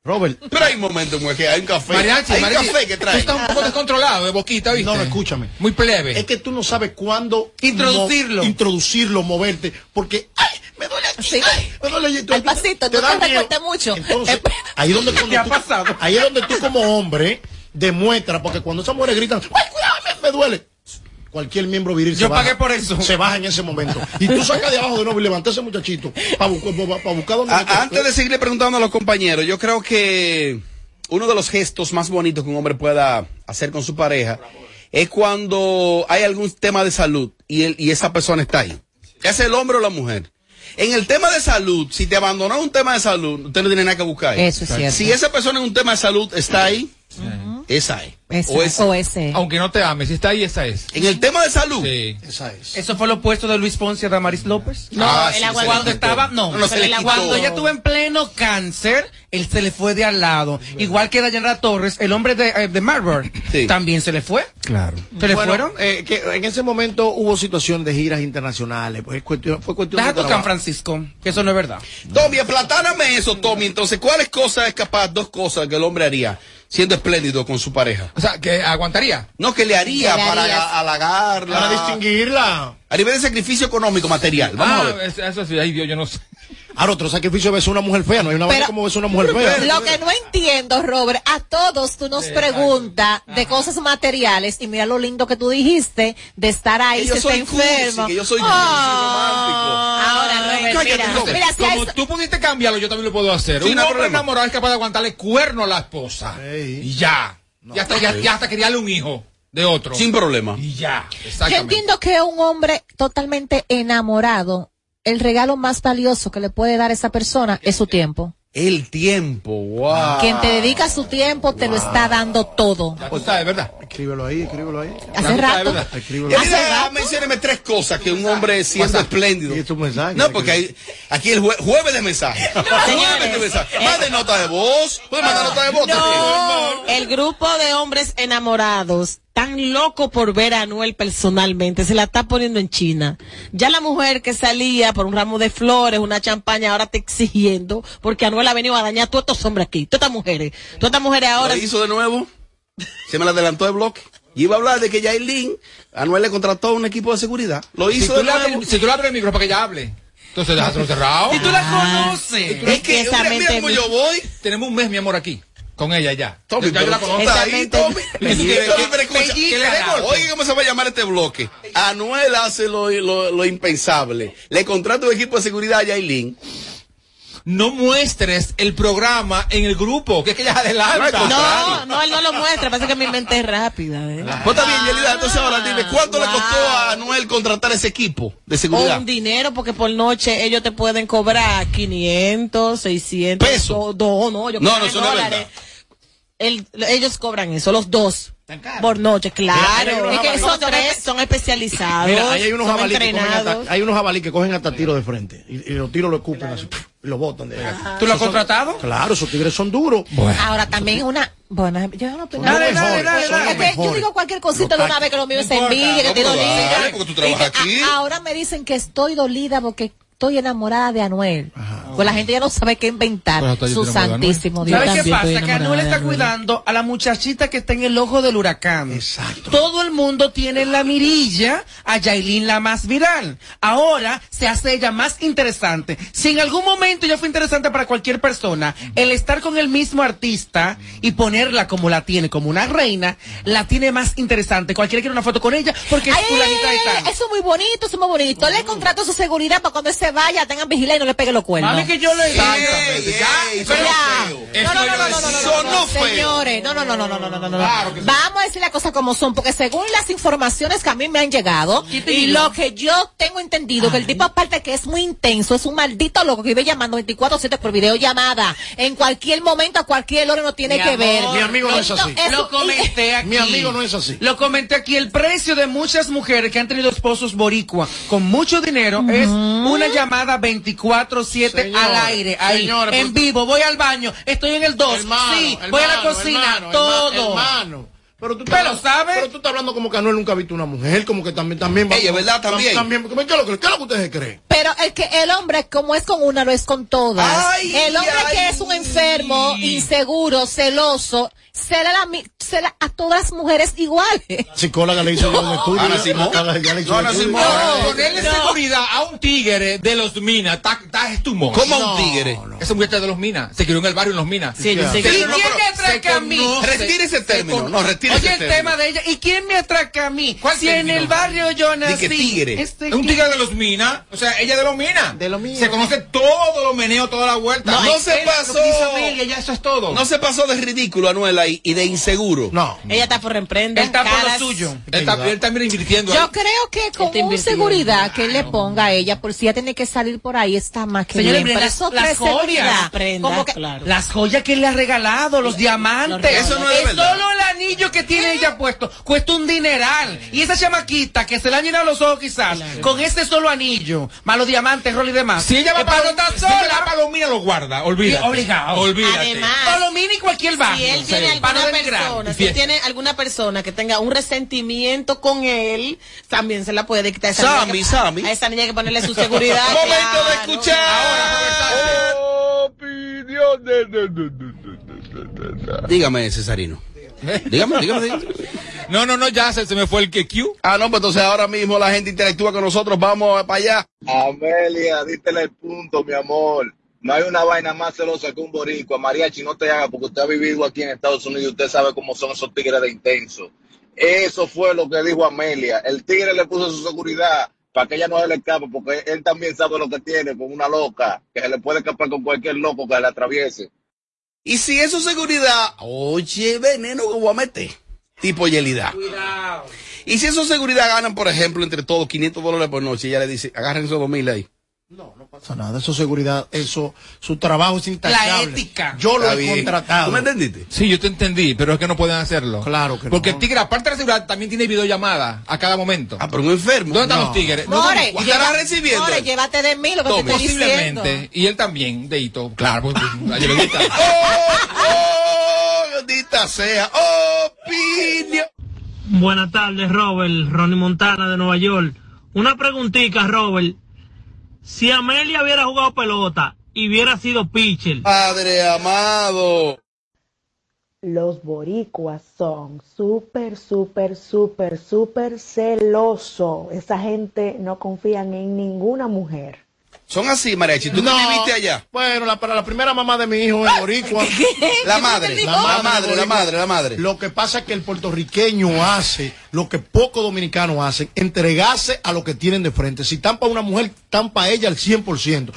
Speaker 7: Robert.
Speaker 4: Trae un momento, mujer, que hay un café.
Speaker 2: Mariachi,
Speaker 4: hay un
Speaker 2: mariachi,
Speaker 4: café que
Speaker 2: Tú
Speaker 4: trae.
Speaker 2: estás un poco descontrolado de boquita, ¿viste?
Speaker 7: No, no, escúchame.
Speaker 2: Muy plebe.
Speaker 7: Es que tú no sabes cuándo
Speaker 2: Introducirlo.
Speaker 7: mo- introducirlo, moverte, porque ay, me duele aquí, ay, me duele allí. Al
Speaker 1: pasito, no te recortes
Speaker 7: mucho. Entonces, ahí
Speaker 1: *laughs*
Speaker 7: es donde cuando tú- Ahí es donde tú como hombre demuestras, porque cuando esas mujeres gritan, ay, cuidado, me, me duele. Cualquier miembro viril se
Speaker 6: Yo
Speaker 7: baja,
Speaker 6: pagué por eso.
Speaker 7: Se baja en ese momento. Y tú sacas de abajo de nuevo y levantas ese muchachito para buscar, pa buscar donde.
Speaker 4: A- antes de seguirle preguntando a los compañeros, yo creo que uno de los gestos más bonitos que un hombre pueda hacer con su pareja es cuando hay algún tema de salud y, él- y esa persona está ahí. ¿Es el hombre o la mujer? En el tema de salud, si te abandonó un tema de salud, usted no tiene nada que buscar. ahí.
Speaker 1: Eso es cierto.
Speaker 4: Si esa persona en un tema de salud está ahí, esa es.
Speaker 1: Esa,
Speaker 4: O esa.
Speaker 1: o ese.
Speaker 2: Aunque no te ames, si está ahí, esa es.
Speaker 4: En el tema de salud.
Speaker 2: Sí.
Speaker 7: Esa es.
Speaker 6: Eso fue lo opuesto de Luis Ponce a Damaris López.
Speaker 2: No, Ah, él sí, se aguantó.
Speaker 6: Cuando
Speaker 2: le quitó.
Speaker 6: estaba, no,
Speaker 2: No, no, se
Speaker 6: pero
Speaker 2: le
Speaker 6: él
Speaker 2: quitó.
Speaker 6: cuando ella estuvo en pleno cáncer, él se le fue de al lado. Igual que Dayanara Torres, el hombre de, eh, de Marlboro, también se le fue.
Speaker 7: Claro.
Speaker 6: ¿Se le
Speaker 7: Bueno,
Speaker 6: fueron?
Speaker 7: eh, que en ese momento hubo situación de giras internacionales. Pues, cuestión- fue cuestión
Speaker 6: Deja
Speaker 7: de
Speaker 6: tu
Speaker 7: trabajo.
Speaker 6: San Francisco, que eso no es verdad.
Speaker 4: Tommy, platáname eso, Tommy. Entonces, ¿cuáles cosas es capaz, dos cosas que el hombre haría siendo espléndido con su pareja?
Speaker 2: O sea, que aguantaría.
Speaker 4: No, que le haría
Speaker 2: Que le
Speaker 4: para
Speaker 2: harías.
Speaker 4: ha- halagarla.
Speaker 2: Para
Speaker 7: distinguirla.
Speaker 4: A nivel de sacrificio económico, material. Vamos a
Speaker 2: Ah,
Speaker 4: ver.
Speaker 2: es- eso sí, ay Dios, yo no sé.
Speaker 7: Ahora Ah, otro sacrificio besó una mujer fea, no hay una manera como besó una mujer fea.
Speaker 1: Lo que no entiendo, Robert, a todos tú nos preguntas de cosas materiales y mira lo lindo que tú dijiste de estar ahí
Speaker 4: Que
Speaker 1: si
Speaker 4: yo
Speaker 1: está
Speaker 4: soy cursi,
Speaker 1: enfermo. Ah,
Speaker 4: que yo soy cursi,
Speaker 2: Ah.
Speaker 1: Ahora, Robert,
Speaker 2: Cállate,
Speaker 1: mira,
Speaker 2: entonces,
Speaker 1: mira, si hay-
Speaker 2: como tú pudiste cambiarlo, yo también lo puedo hacer.
Speaker 4: Sí,
Speaker 2: un
Speaker 4: no hay
Speaker 2: hombre
Speaker 4: problema.
Speaker 2: enamorado es capaz de aguantarle cuerno a la esposa. Y ya. Y hasta, ya,
Speaker 4: Sí.
Speaker 2: ya hasta criarle un hijo de otro.
Speaker 4: Sin problema.
Speaker 2: Y ya.
Speaker 1: Yo
Speaker 2: Exactamente.
Speaker 1: entiendo que un hombre totalmente enamorado, el regalo más valioso que le puede dar esa persona es su tiempo.
Speaker 4: El tiempo, wow.
Speaker 1: Quien te dedica su tiempo te lo está dando todo.
Speaker 4: O sea, es verdad.
Speaker 7: Escríbelo ahí, escríbelo ahí.
Speaker 1: Hace rato.
Speaker 7: Escríbelo ahí.
Speaker 4: Querida, mencióneme tres cosas que un hombre siendo espléndido. No, porque hay- aquí el jue- jueves de mensaje. jueves de mensaje. Mande Pues nota de voz. Puede mandar nota de voz. también.
Speaker 5: No, el grupo de hombres enamorados están locos por ver a Anuel personalmente, se la está poniendo en China. Ya la mujer que salía por un ramo de flores, una champaña, ahora está exigiendo, porque Anuel ha venido a dañar a todos estos hombres aquí, todas estas mujeres, todas estas mujeres ahora.
Speaker 4: Lo hizo de nuevo. Se me la adelantó de bloque. Y iba a hablar de que Yailin, Anuel le contrató un equipo de seguridad. Lo
Speaker 2: Si
Speaker 4: hizo
Speaker 2: tú
Speaker 4: de
Speaker 2: le abres-
Speaker 4: nuevo. Ah.
Speaker 2: si tú le abres el micro para que ella hable. Entonces déjalo cerrado.
Speaker 4: Si tú la conoces. Es que esa
Speaker 2: mira, mira
Speaker 4: mente
Speaker 2: cómo
Speaker 4: es
Speaker 2: yo
Speaker 4: muy-
Speaker 2: voy. Tenemos un mes, mi amor, aquí. Con ella ya.
Speaker 4: Tommy,
Speaker 2: ya yo la
Speaker 4: pero-
Speaker 2: conozco.
Speaker 4: Está ahí,
Speaker 2: Exactamente.
Speaker 4: Tommy. *laughs*
Speaker 2: Es que-
Speaker 4: Pero, pero escucha,
Speaker 2: Pellizca.
Speaker 4: que le dé golpe. Oye, ¿cómo se va a llamar este bloque? Anuel hace lo, lo- lo impensable. Le contrata un equipo de seguridad a Yailin.
Speaker 2: No muestres el programa en el grupo, que es que ella adelanta.
Speaker 5: No, no, él no lo muestra, pasa que mi mente es rápida. ¿eh?
Speaker 4: Pues está bien, Yelida, entonces ahora dime, ¿cuánto le costó a Anuel contratar ese equipo de
Speaker 5: O
Speaker 4: seguridad?
Speaker 5: un dinero, porque por noche ellos te pueden cobrar 500, 600. Pesos. No, no, yo
Speaker 4: No,
Speaker 5: creo
Speaker 4: no,
Speaker 5: que
Speaker 4: eso no es
Speaker 5: dólares. El- ellos cobran eso, los dos. Por noche,
Speaker 7: Mira, hay
Speaker 5: claro.
Speaker 7: unos
Speaker 5: es que
Speaker 7: jabalíes.
Speaker 5: son, tres, son especializados.
Speaker 7: Mira, ahí hay unos
Speaker 5: son
Speaker 7: jabalíes que cogen hasta,
Speaker 5: entrenados.
Speaker 7: hay unos jabalí que cogen hasta tiro de frente. Y, y los tiros lo escupen así, pf, y lo botan de
Speaker 1: ¿Tú lo has
Speaker 7: Esos son-
Speaker 1: contratado?
Speaker 7: Claro, esos tigres son duros.
Speaker 1: Ahora también una. Bueno, yo no opino.
Speaker 7: Dale, dale, dale, dale.
Speaker 1: Es que yo digo cualquier cosita de una vez que lo mío es envidia, que estoy dolida.
Speaker 4: porque tú
Speaker 1: Y que
Speaker 4: trabajas
Speaker 1: a-
Speaker 4: aquí.
Speaker 1: ahora me dicen que estoy dolida porque estoy enamorada de Anuel. Pues la gente ya no sabe qué
Speaker 6: Pero
Speaker 1: inventar.
Speaker 6: hasta yo
Speaker 1: Su
Speaker 6: estoy enamorado de Anuel.
Speaker 1: santísimo Dios.
Speaker 6: ¿Sabes qué
Speaker 1: también estoy
Speaker 6: pasa? Que
Speaker 1: enamorada
Speaker 6: Anuel
Speaker 1: de
Speaker 6: está
Speaker 1: Anuel.
Speaker 6: cuidando a la muchachita que está en el ojo del huracán. Exacto. Todo el mundo tiene en la mirilla a Yailin la más viral. Ahora se hace ella más interesante. Si en algún momento ella fue interesante para cualquier persona, el estar con el mismo artista y ponerla como la tiene, como una reina, la tiene más interesante. Cualquiera quiere una foto con ella porque es
Speaker 1: Ay,
Speaker 6: fulanita de tal.
Speaker 1: Eso es muy bonito, eso es muy bonito. Le contrato su seguridad para cuando él se vaya, tengan vigilancia y no le pegue los cuernos.
Speaker 6: Mami, que yo le
Speaker 1: Exactamente.
Speaker 4: Ya,
Speaker 1: pero-
Speaker 4: Eso
Speaker 1: No, no,
Speaker 4: es
Speaker 1: no, no, no, no, no, no,
Speaker 4: sonó
Speaker 1: no,
Speaker 4: feo.
Speaker 1: señores, no, no, no, no, no, no, no, no, no. Vamos a decir las cosas como son, porque según las informaciones que a mí me han llegado y
Speaker 5: digo?
Speaker 1: lo que yo tengo entendido, que el tipo aparte que es muy intenso, es un maldito loco que vive llamando 24/7 por videollamada, en cualquier momento, a cualquier hora no tiene
Speaker 6: Mi
Speaker 1: que ver.
Speaker 6: amor, mi amigo no es así. Lo comenté aquí.
Speaker 7: Mi amigo no es así.
Speaker 6: Lo comenté aquí, el precio de muchas mujeres que han tenido esposos boricua con mucho dinero es una llamada 24/7 al
Speaker 7: Señores,
Speaker 6: aire, ahí,
Speaker 7: señores,
Speaker 6: en
Speaker 7: pues-
Speaker 6: vivo, voy al baño, estoy en el 2, sí, voy a la
Speaker 7: hermano,
Speaker 6: cocina,
Speaker 7: hermano, herma-
Speaker 6: todo.
Speaker 7: hermano. Pero tú, estás
Speaker 6: Pero,
Speaker 7: hablando-
Speaker 6: ¿sabe?
Speaker 7: pero tú estás hablando como que Anuel nunca ha visto una mujer, como que también, también
Speaker 4: Ella, ¿verdad? También.
Speaker 7: ¿Qué es lo que, qué es lo que ustedes creen?
Speaker 1: Pero el que el hombre como es con una lo es con todas.
Speaker 7: Ay,
Speaker 1: el hombre
Speaker 7: ay.
Speaker 1: que es un enfermo, inseguro, celoso, será la mi- será a todas las mujeres iguales.
Speaker 7: Psicóloga le hizo un estudio.
Speaker 2: Ana Simón.
Speaker 7: Ahora ya le hizo un
Speaker 2: Ana
Speaker 7: estudio.
Speaker 2: Simón. Ponerle seguridad a un tigre de los minas, ta- ta- es tu monstruo.
Speaker 4: ¿Cómo a un tigre?
Speaker 2: Esa mujer está de los minas. Se crió en el barrio en los minas.
Speaker 4: Sí, yo
Speaker 2: Se-
Speaker 4: sé que-
Speaker 2: se-
Speaker 6: ¿Y
Speaker 2: no,
Speaker 6: quién
Speaker 2: pero
Speaker 6: me atraca a mí?
Speaker 2: se- Retire ese término,
Speaker 6: se-
Speaker 2: no, retire ese
Speaker 6: Oye, el
Speaker 2: término.
Speaker 6: tema de ella, ¿y quién me atraca a mí? Si en
Speaker 2: término?
Speaker 6: el barrio yo
Speaker 2: Di
Speaker 6: nací.
Speaker 2: que tigre.
Speaker 6: Este
Speaker 2: es un tigre de los minas. O sea, ella de los minas. Se conoce todo lo meneo, toda la vuelta.
Speaker 4: No,
Speaker 2: No
Speaker 4: es que
Speaker 2: se
Speaker 4: es lo que
Speaker 2: pasó.
Speaker 4: dice Amelia,
Speaker 2: Ya eso es todo.
Speaker 4: No se pasó de ridículo Anuel ahí y de inseguro.
Speaker 7: No.
Speaker 5: Ella está por reprender.
Speaker 4: Él está por lo
Speaker 5: caras.
Speaker 4: suyo.
Speaker 2: Él está- él también invirtiendo. ahí.
Speaker 1: Yo creo que con
Speaker 5: Está
Speaker 1: una
Speaker 5: invirtiendo.
Speaker 1: seguridad que él le ponga a ella, por si ella tiene que salir por ahí, está más que
Speaker 6: Señores,
Speaker 1: bien. Pero
Speaker 6: las-
Speaker 1: eso
Speaker 6: las
Speaker 1: tres
Speaker 6: joyas,
Speaker 1: seguridad.
Speaker 6: prenda,
Speaker 1: como que-
Speaker 6: Las joyas que le ha regalado, los diamantes.
Speaker 1: los
Speaker 6: Eso no es
Speaker 1: regalos.
Speaker 6: Solo el anillo que tiene ella puesto cuesta un dineral. Y esa chamaquita que se le han llenado los ojos quizás con ese solo anillo, más los diamantes, rol y demás.
Speaker 2: Si ella va
Speaker 6: que
Speaker 2: para
Speaker 6: cuando está
Speaker 2: si
Speaker 6: sola.
Speaker 2: ella va para los minas, lo guarda. Olvídate.
Speaker 6: Obligado.
Speaker 2: Olvídate.
Speaker 6: Palomino y cualquier barrio.
Speaker 5: Si él
Speaker 6: Sí.
Speaker 5: tiene
Speaker 6: Para
Speaker 5: alguna
Speaker 6: denigrar.
Speaker 5: persona, si
Speaker 2: Fiesta.
Speaker 5: tiene alguna persona que tenga un resentimiento con él, también se la puede quitar. Esa
Speaker 4: Sammy,
Speaker 5: niña que-
Speaker 4: Sammy.
Speaker 5: A esa niña hay que ponerle su seguridad.
Speaker 4: *laughs* Momento de
Speaker 5: claro.
Speaker 4: escuchar.
Speaker 17: Opinión de- de- de- de-
Speaker 4: Dígame, Cesarino. Dígame, dígame.
Speaker 2: No, no, no, ya se, me fue el que Q.
Speaker 4: Ah, no, pues entonces ahora mismo la gente interactúa con nosotros. Vamos para allá.
Speaker 17: Amelia, dítele el punto, mi amor. No hay una vaina más celosa que un boricua. Mariachi, no te haga porque usted ha vivido aquí en Estados Unidos y usted sabe cómo son esos tigres de intenso. Eso fue lo que dijo Amelia. El tigre le puso su seguridad para que ella no se le escape porque él también sabe lo que tiene con una loca que se le puede escapar con cualquier loco que la atraviese.
Speaker 4: Y si eso es seguridad, oye, veneno que voy a meter. Tipo Yelida. Y si eso es seguridad ganan, por ejemplo, entre todos 500 dólares por noche, ella le dice, agarren esos 2000 ahí.
Speaker 7: pasa nada, eso es seguridad, eso, su trabajo es intachable. Yo lo
Speaker 2: Está
Speaker 7: he
Speaker 2: bien.
Speaker 7: contratado.
Speaker 2: ¿Tú me entendiste? Sí, yo te entendí, pero es que no pueden hacerlo. Claro que Porque el tigre, aparte de la seguridad, también tiene videollamada a cada momento. Ah,
Speaker 4: pero un enfermo.
Speaker 2: ¿Dónde están
Speaker 4: No.
Speaker 2: los tigres? No,
Speaker 1: More,
Speaker 2: no,
Speaker 1: lleva-
Speaker 2: estará recibiendo.
Speaker 1: More,
Speaker 2: él.
Speaker 1: llévate de mí lo que
Speaker 2: Tome.
Speaker 1: te estoy diciendo.
Speaker 2: Posiblemente. Y él también, Deito. Claro, pues, porque a ella le gusta.
Speaker 4: ¡Oh! ¡Oh! ¡Maldita sea! ¡Opinión!
Speaker 18: Buenas tardes, Robert. Ronnie Montana de Nueva York. Una preguntita, Robert. Si Amelia hubiera jugado pelota y hubiera sido pitcher.
Speaker 4: Padre amado.
Speaker 9: Los boricuas son súper, súper, súper, súper celoso. Esa gente no confían en ninguna mujer.
Speaker 4: Son así, Mariachi. ¿Tú no. viviste allá? Ah.
Speaker 7: Bueno, la, para la primera mamá de mi hijo es
Speaker 4: *laughs*
Speaker 7: boricua.
Speaker 4: La madre, la madre, la madre, la madre.
Speaker 7: Lo que pasa es que el puertorriqueño hace lo que pocos dominicanos hacen, entregarse a lo que tienen de frente. Si tampa una mujer, tampa ella al 100%.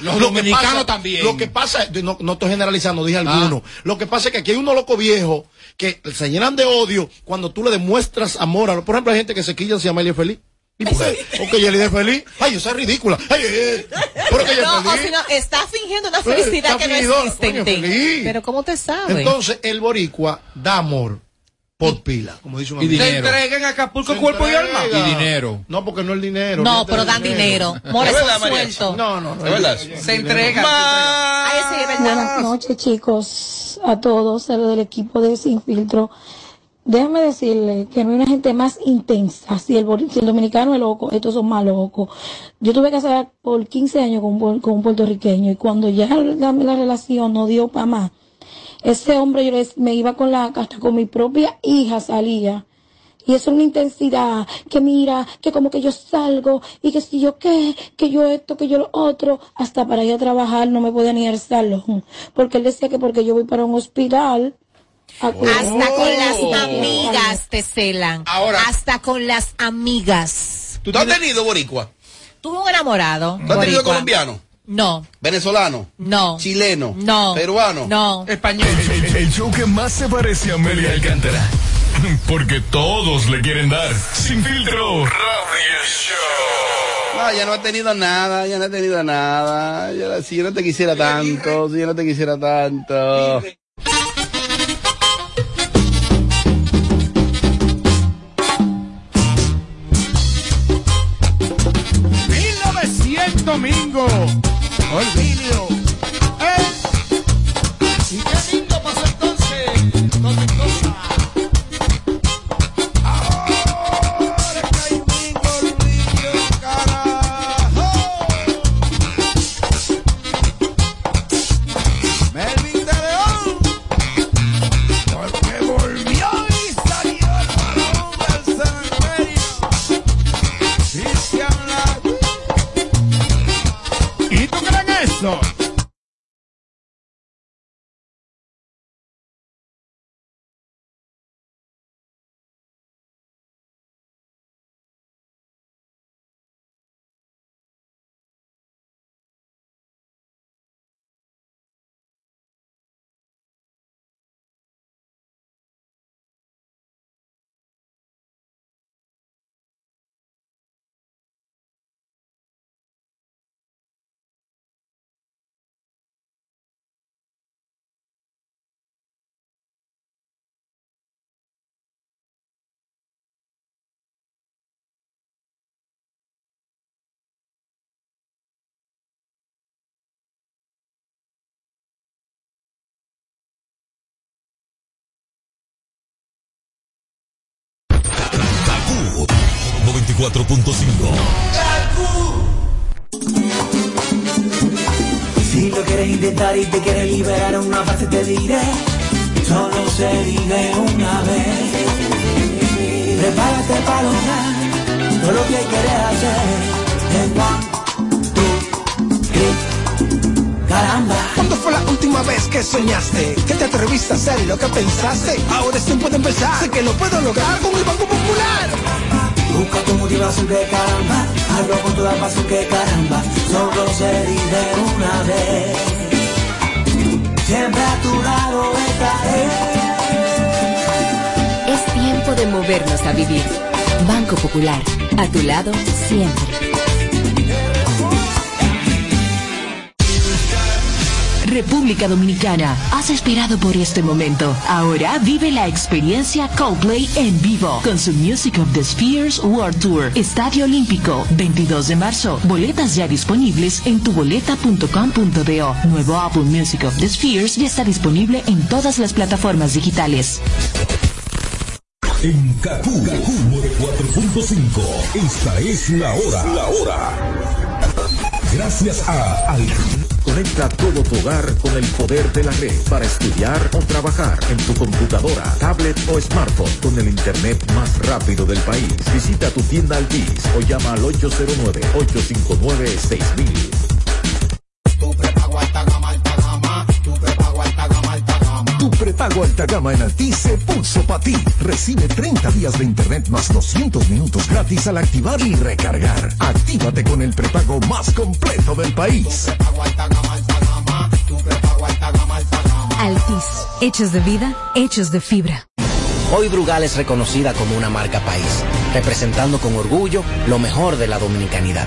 Speaker 6: Los
Speaker 7: Lo que
Speaker 6: dominicanos
Speaker 7: pasa-
Speaker 6: también. Ah.
Speaker 7: Lo que pasa, no, no estoy generalizando, dije alguno. Lo que pasa es que aquí hay unos locos viejos que se llenan de odio cuando tú le demuestras amor. A, por ejemplo, hay gente que se quilla si Amelia es feliz. ¿Y por qué? Porque Yelida es feliz. Ay, esa es ridícula. Ay, eh, ay, ay. Pero que ella es
Speaker 1: No, o
Speaker 7: feliz.
Speaker 1: si no, está fingiendo una
Speaker 7: Eh,
Speaker 1: felicidad
Speaker 7: está
Speaker 1: que no
Speaker 7: fingidora,
Speaker 1: existe en
Speaker 7: coño,
Speaker 1: ti.
Speaker 7: feliz.
Speaker 1: Pero ¿cómo te sabes?
Speaker 7: Entonces, el boricua da amor por pila, como dice un
Speaker 6: Y
Speaker 7: amigo.
Speaker 6: dinero. Se entrega
Speaker 7: en Acapulco
Speaker 6: cuerpo y alma. Y dinero.
Speaker 7: No, porque no es dinero.
Speaker 1: No,
Speaker 7: olvídate
Speaker 1: pero
Speaker 7: del
Speaker 1: dan dinero. Mores
Speaker 7: Es verdad,
Speaker 1: son
Speaker 7: Mariachi.
Speaker 1: sueltos.
Speaker 7: No, no, no.
Speaker 4: Es verdad.
Speaker 7: Se entrega.
Speaker 19: Buenas noches, chicos, a todos, a los del equipo de Sin Filtro. Déjame decirle que no hay una gente más intensa. Si el, bori- si el dominicano es loco, estos son más locos. Yo tuve casada por 15 años con, un puer- con un puertorriqueño y cuando ya la, la relación no dio para más, ese hombre yo les- me iba con la hasta con mi propia hija salía. Y eso es una intensidad que mira, que como que yo salgo y que si yo qué, que yo esto, que yo lo otro, hasta para ir a trabajar no me podía ni ir al salón. Porque él decía que porque yo voy para un hospital. a cuidar-
Speaker 1: Hasta con
Speaker 19: Oh.
Speaker 1: las amigas te celan. Ahora. Hasta con las amigas.
Speaker 4: ¿Tú has tenido boricua?
Speaker 1: Tuve un enamorado.
Speaker 4: ¿Tú has tenido
Speaker 1: boricua.
Speaker 4: colombiano?
Speaker 1: No.
Speaker 4: ¿Venezolano?
Speaker 1: No.
Speaker 4: ¿Chileno?
Speaker 1: No.
Speaker 4: ¿Peruano?
Speaker 1: No.
Speaker 10: Español. El, el- el show que más se parece a Amelia Alcántara. *laughs* Porque todos le quieren dar. Sin filtro.
Speaker 4: No, ya no he tenido nada, ya no he tenido nada. Yo la- si yo no te quisiera tanto, si yo no te quisiera tanto.
Speaker 20: domingo. Olvidio.
Speaker 13: ¿Eh?
Speaker 20: ¿Y qué lindo pasó entonces?
Speaker 13: Melvin de León. Porque volvió y salió el varón del cementerio. Y se habla.
Speaker 20: ¿Y tú creen eso?
Speaker 10: Kaku 94.5.
Speaker 11: Si lo quieres intentar y te quieres liberar una parte te diré Solo se vive una vez Prepárate para lograr todo lo que quieres hacer En one, two, three, caramba
Speaker 2: ¿Cuándo fue la última vez que soñaste? ¿Que te atreviste a hacer lo que pensaste? Ahora es tiempo de empezar, sé que lo puedo lograr con el Banco Popular.
Speaker 11: Busca tu motivación que caramba Hazlo con toda pasión que caramba Solo se vive una vez Siempre a tu lado estaré
Speaker 21: Es tiempo de movernos a vivir. Banco Popular, a tu lado siempre. República Dominicana, has esperado por este momento. Ahora vive la experiencia Coldplay en vivo con su Music of the Spheres World Tour, Estadio Olímpico, 22 de marzo. Boletas ya disponibles en tuboleta.com.do. Nuevo álbum Music of the Spheres ya está disponible en todas las plataformas digitales.
Speaker 22: En Kaku, Kaku 4.5. Esta es la hora. La hora. Gracias a Al.
Speaker 16: Conecta todo tu hogar con el poder de la red para estudiar o trabajar en tu computadora, tablet o smartphone con el internet más rápido del país. Visita tu tienda Altis o llama al 809-859-6000.
Speaker 14: Tu prepago alta gama en Altis se puso para ti. Recibe 30 días de internet más 200 minutos gratis al activar y recargar. Actívate con el prepago más completo del país.
Speaker 19: Altis, hechos de vida, hechos de fibra.
Speaker 23: Hoy Brugal es reconocida como una marca país, representando con orgullo lo mejor de la dominicanidad.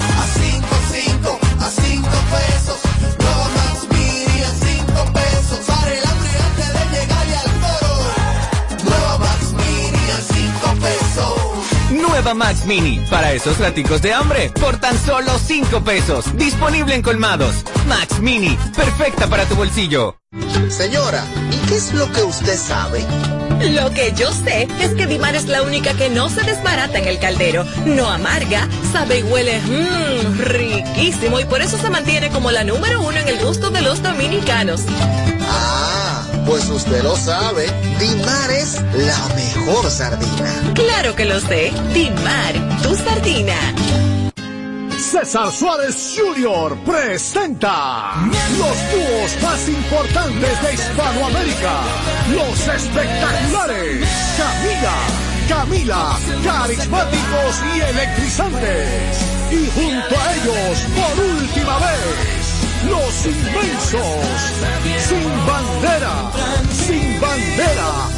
Speaker 13: A cinco, cinco, a cinco pesos. Lomax Mini a cinco pesos. Para el hambre antes de llegarle al coro. Lomax Mini a cinco pesos.
Speaker 10: Nueva Max Mini, para esos raticos de hambre, por tan solo 5 pesos, disponible en colmados. Max Mini, perfecta para tu bolsillo.
Speaker 2: Señora, ¿y qué es lo que usted sabe?
Speaker 1: Lo que yo sé es que Dimar es la única que no se desbarata en el caldero, no amarga, sabe y huele mmm, riquísimo y por eso se mantiene como la número uno en el gusto de los dominicanos.
Speaker 2: Ah, pues usted lo sabe. Dimar es la mejor sardina.
Speaker 1: Claro que lo sé, Dimar, tu sardina.
Speaker 17: César Suárez Jr. presenta los dúos más importantes de Hispanoamérica. Los espectaculares Camila, Camila, carismáticos y electrizantes. Y junto a ellos, por última vez, los inmensos, sin bandera, sin bandera,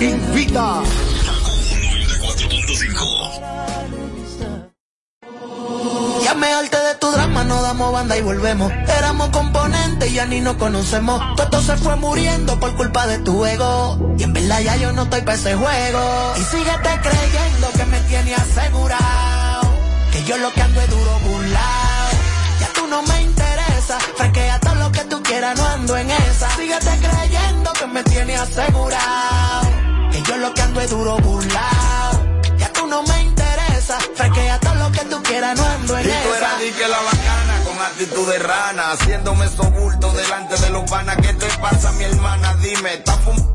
Speaker 17: Invita.
Speaker 11: Ya me harté de tu drama, no damos banda y volvemos. Éramos componentes y ya ni nos conocemos.
Speaker 2: Todo esto se fue muriendo por culpa de tu ego. Y en verdad ya yo no estoy para ese juego.
Speaker 11: Y síguete creyendo que me tiene asegurado. Que yo lo que ando es duro burlao. Ya tú no me interesa. Franquea todo lo que tú quieras, no ando en esa. Síguete creyendo que me tiene asegurado. Que yo lo que ando es duro burlao. Ya tú no me interesa. Franquea todo lo que tú quieras, no ando en
Speaker 12: Y tú
Speaker 11: esa.
Speaker 12: eras di que la bacana con actitud de rana, haciéndome sobulto delante de los panas. ¿Qué te pasa, mi hermana? Dime, está fumando.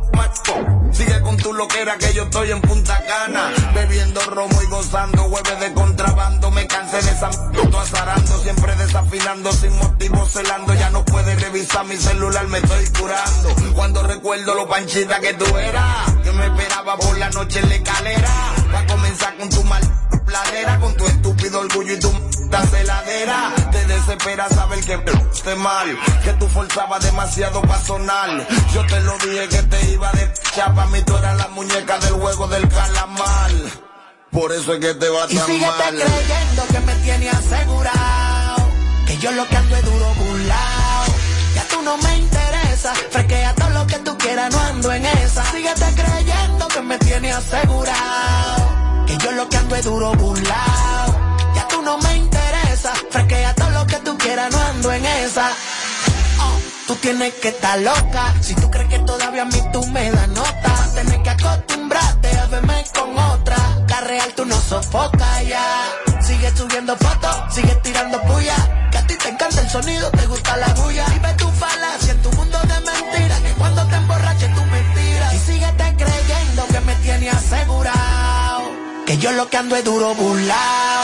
Speaker 12: Sigue con tu loquera que yo estoy en Punta Cana, bebiendo romo y gozando hueves de contrabando. Me cansé de esa m- puto azarando, siempre desafinando, sin motivo celando. Ya no puedes revisar mi celular, me estoy curando. Cuando recuerdo lo panchita que tú eras, que me esperaba por la noche en la escalera. Va a comenzar con tu mal pladera, con tu estúpido orgullo y tu puta celadera. Te desespera saber que te mal, que tú forzabas demasiado para sonar. Yo te lo dije que te iba de chapa, mi tú eras la muñeca del juego del calamar. Por eso es que te va
Speaker 11: Y
Speaker 12: tan
Speaker 11: síguete
Speaker 12: mal.
Speaker 11: creyendo que me tiene asegurado. Que yo lo que ando es duro burlao. Ya tú no me interesa. Fresquea todo lo que tú quieras, no ando en esa. Síguete creyendo que me tiene asegurado. Que yo lo que ando es duro burlao. Ya tú no me interesa. Fresquea todo lo que tú quieras, no ando en esa. Oh, Tú tienes que estar loca. Si tú crees que todavía a mí tú me das nota. Vas a tener que acostumbrarte a verme con otra. La real tú no sofocas ya. Sigue subiendo fotos, sigue tirando puya. Que a ti te encanta el sonido, te gusta la bulla. Y ve tu falacia en tu mundo de mentiras. Que cuando te emborraches tú mentiras. Y síguete creyendo que me tiene asegurado. Que yo lo que ando es duro burlao.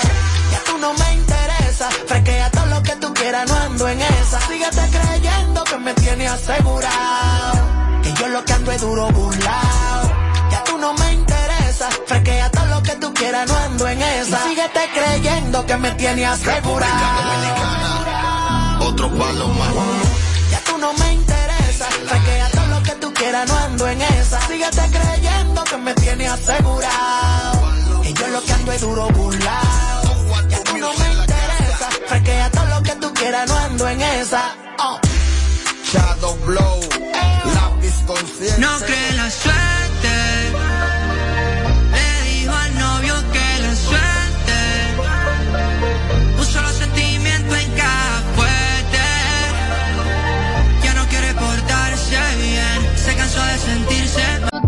Speaker 11: Ya tú no me interesa. Fresquea todo lo que tú quieras, no ando en esa. Síguete creyendo que me me tiene asegurado. Que yo lo que ando es duro burlao. Ya tú no me interesas. Fresquea todo lo que tú quieras, no ando en esa. Y síguete creyendo que me tiene asegurado.
Speaker 12: Otro palo más.
Speaker 11: Ya tú no me interesas. Fresquea todo lo que tú quieras, no ando en esa. Síguete creyendo que me tiene asegurado. Que yo lo que ando es duro burlao. Ya tú no me interesas. Fresquea todo lo que tú quieras, no ando en esa. Oh. Eh.
Speaker 12: Shadow Blow. Lápiz con
Speaker 24: No que la suerte.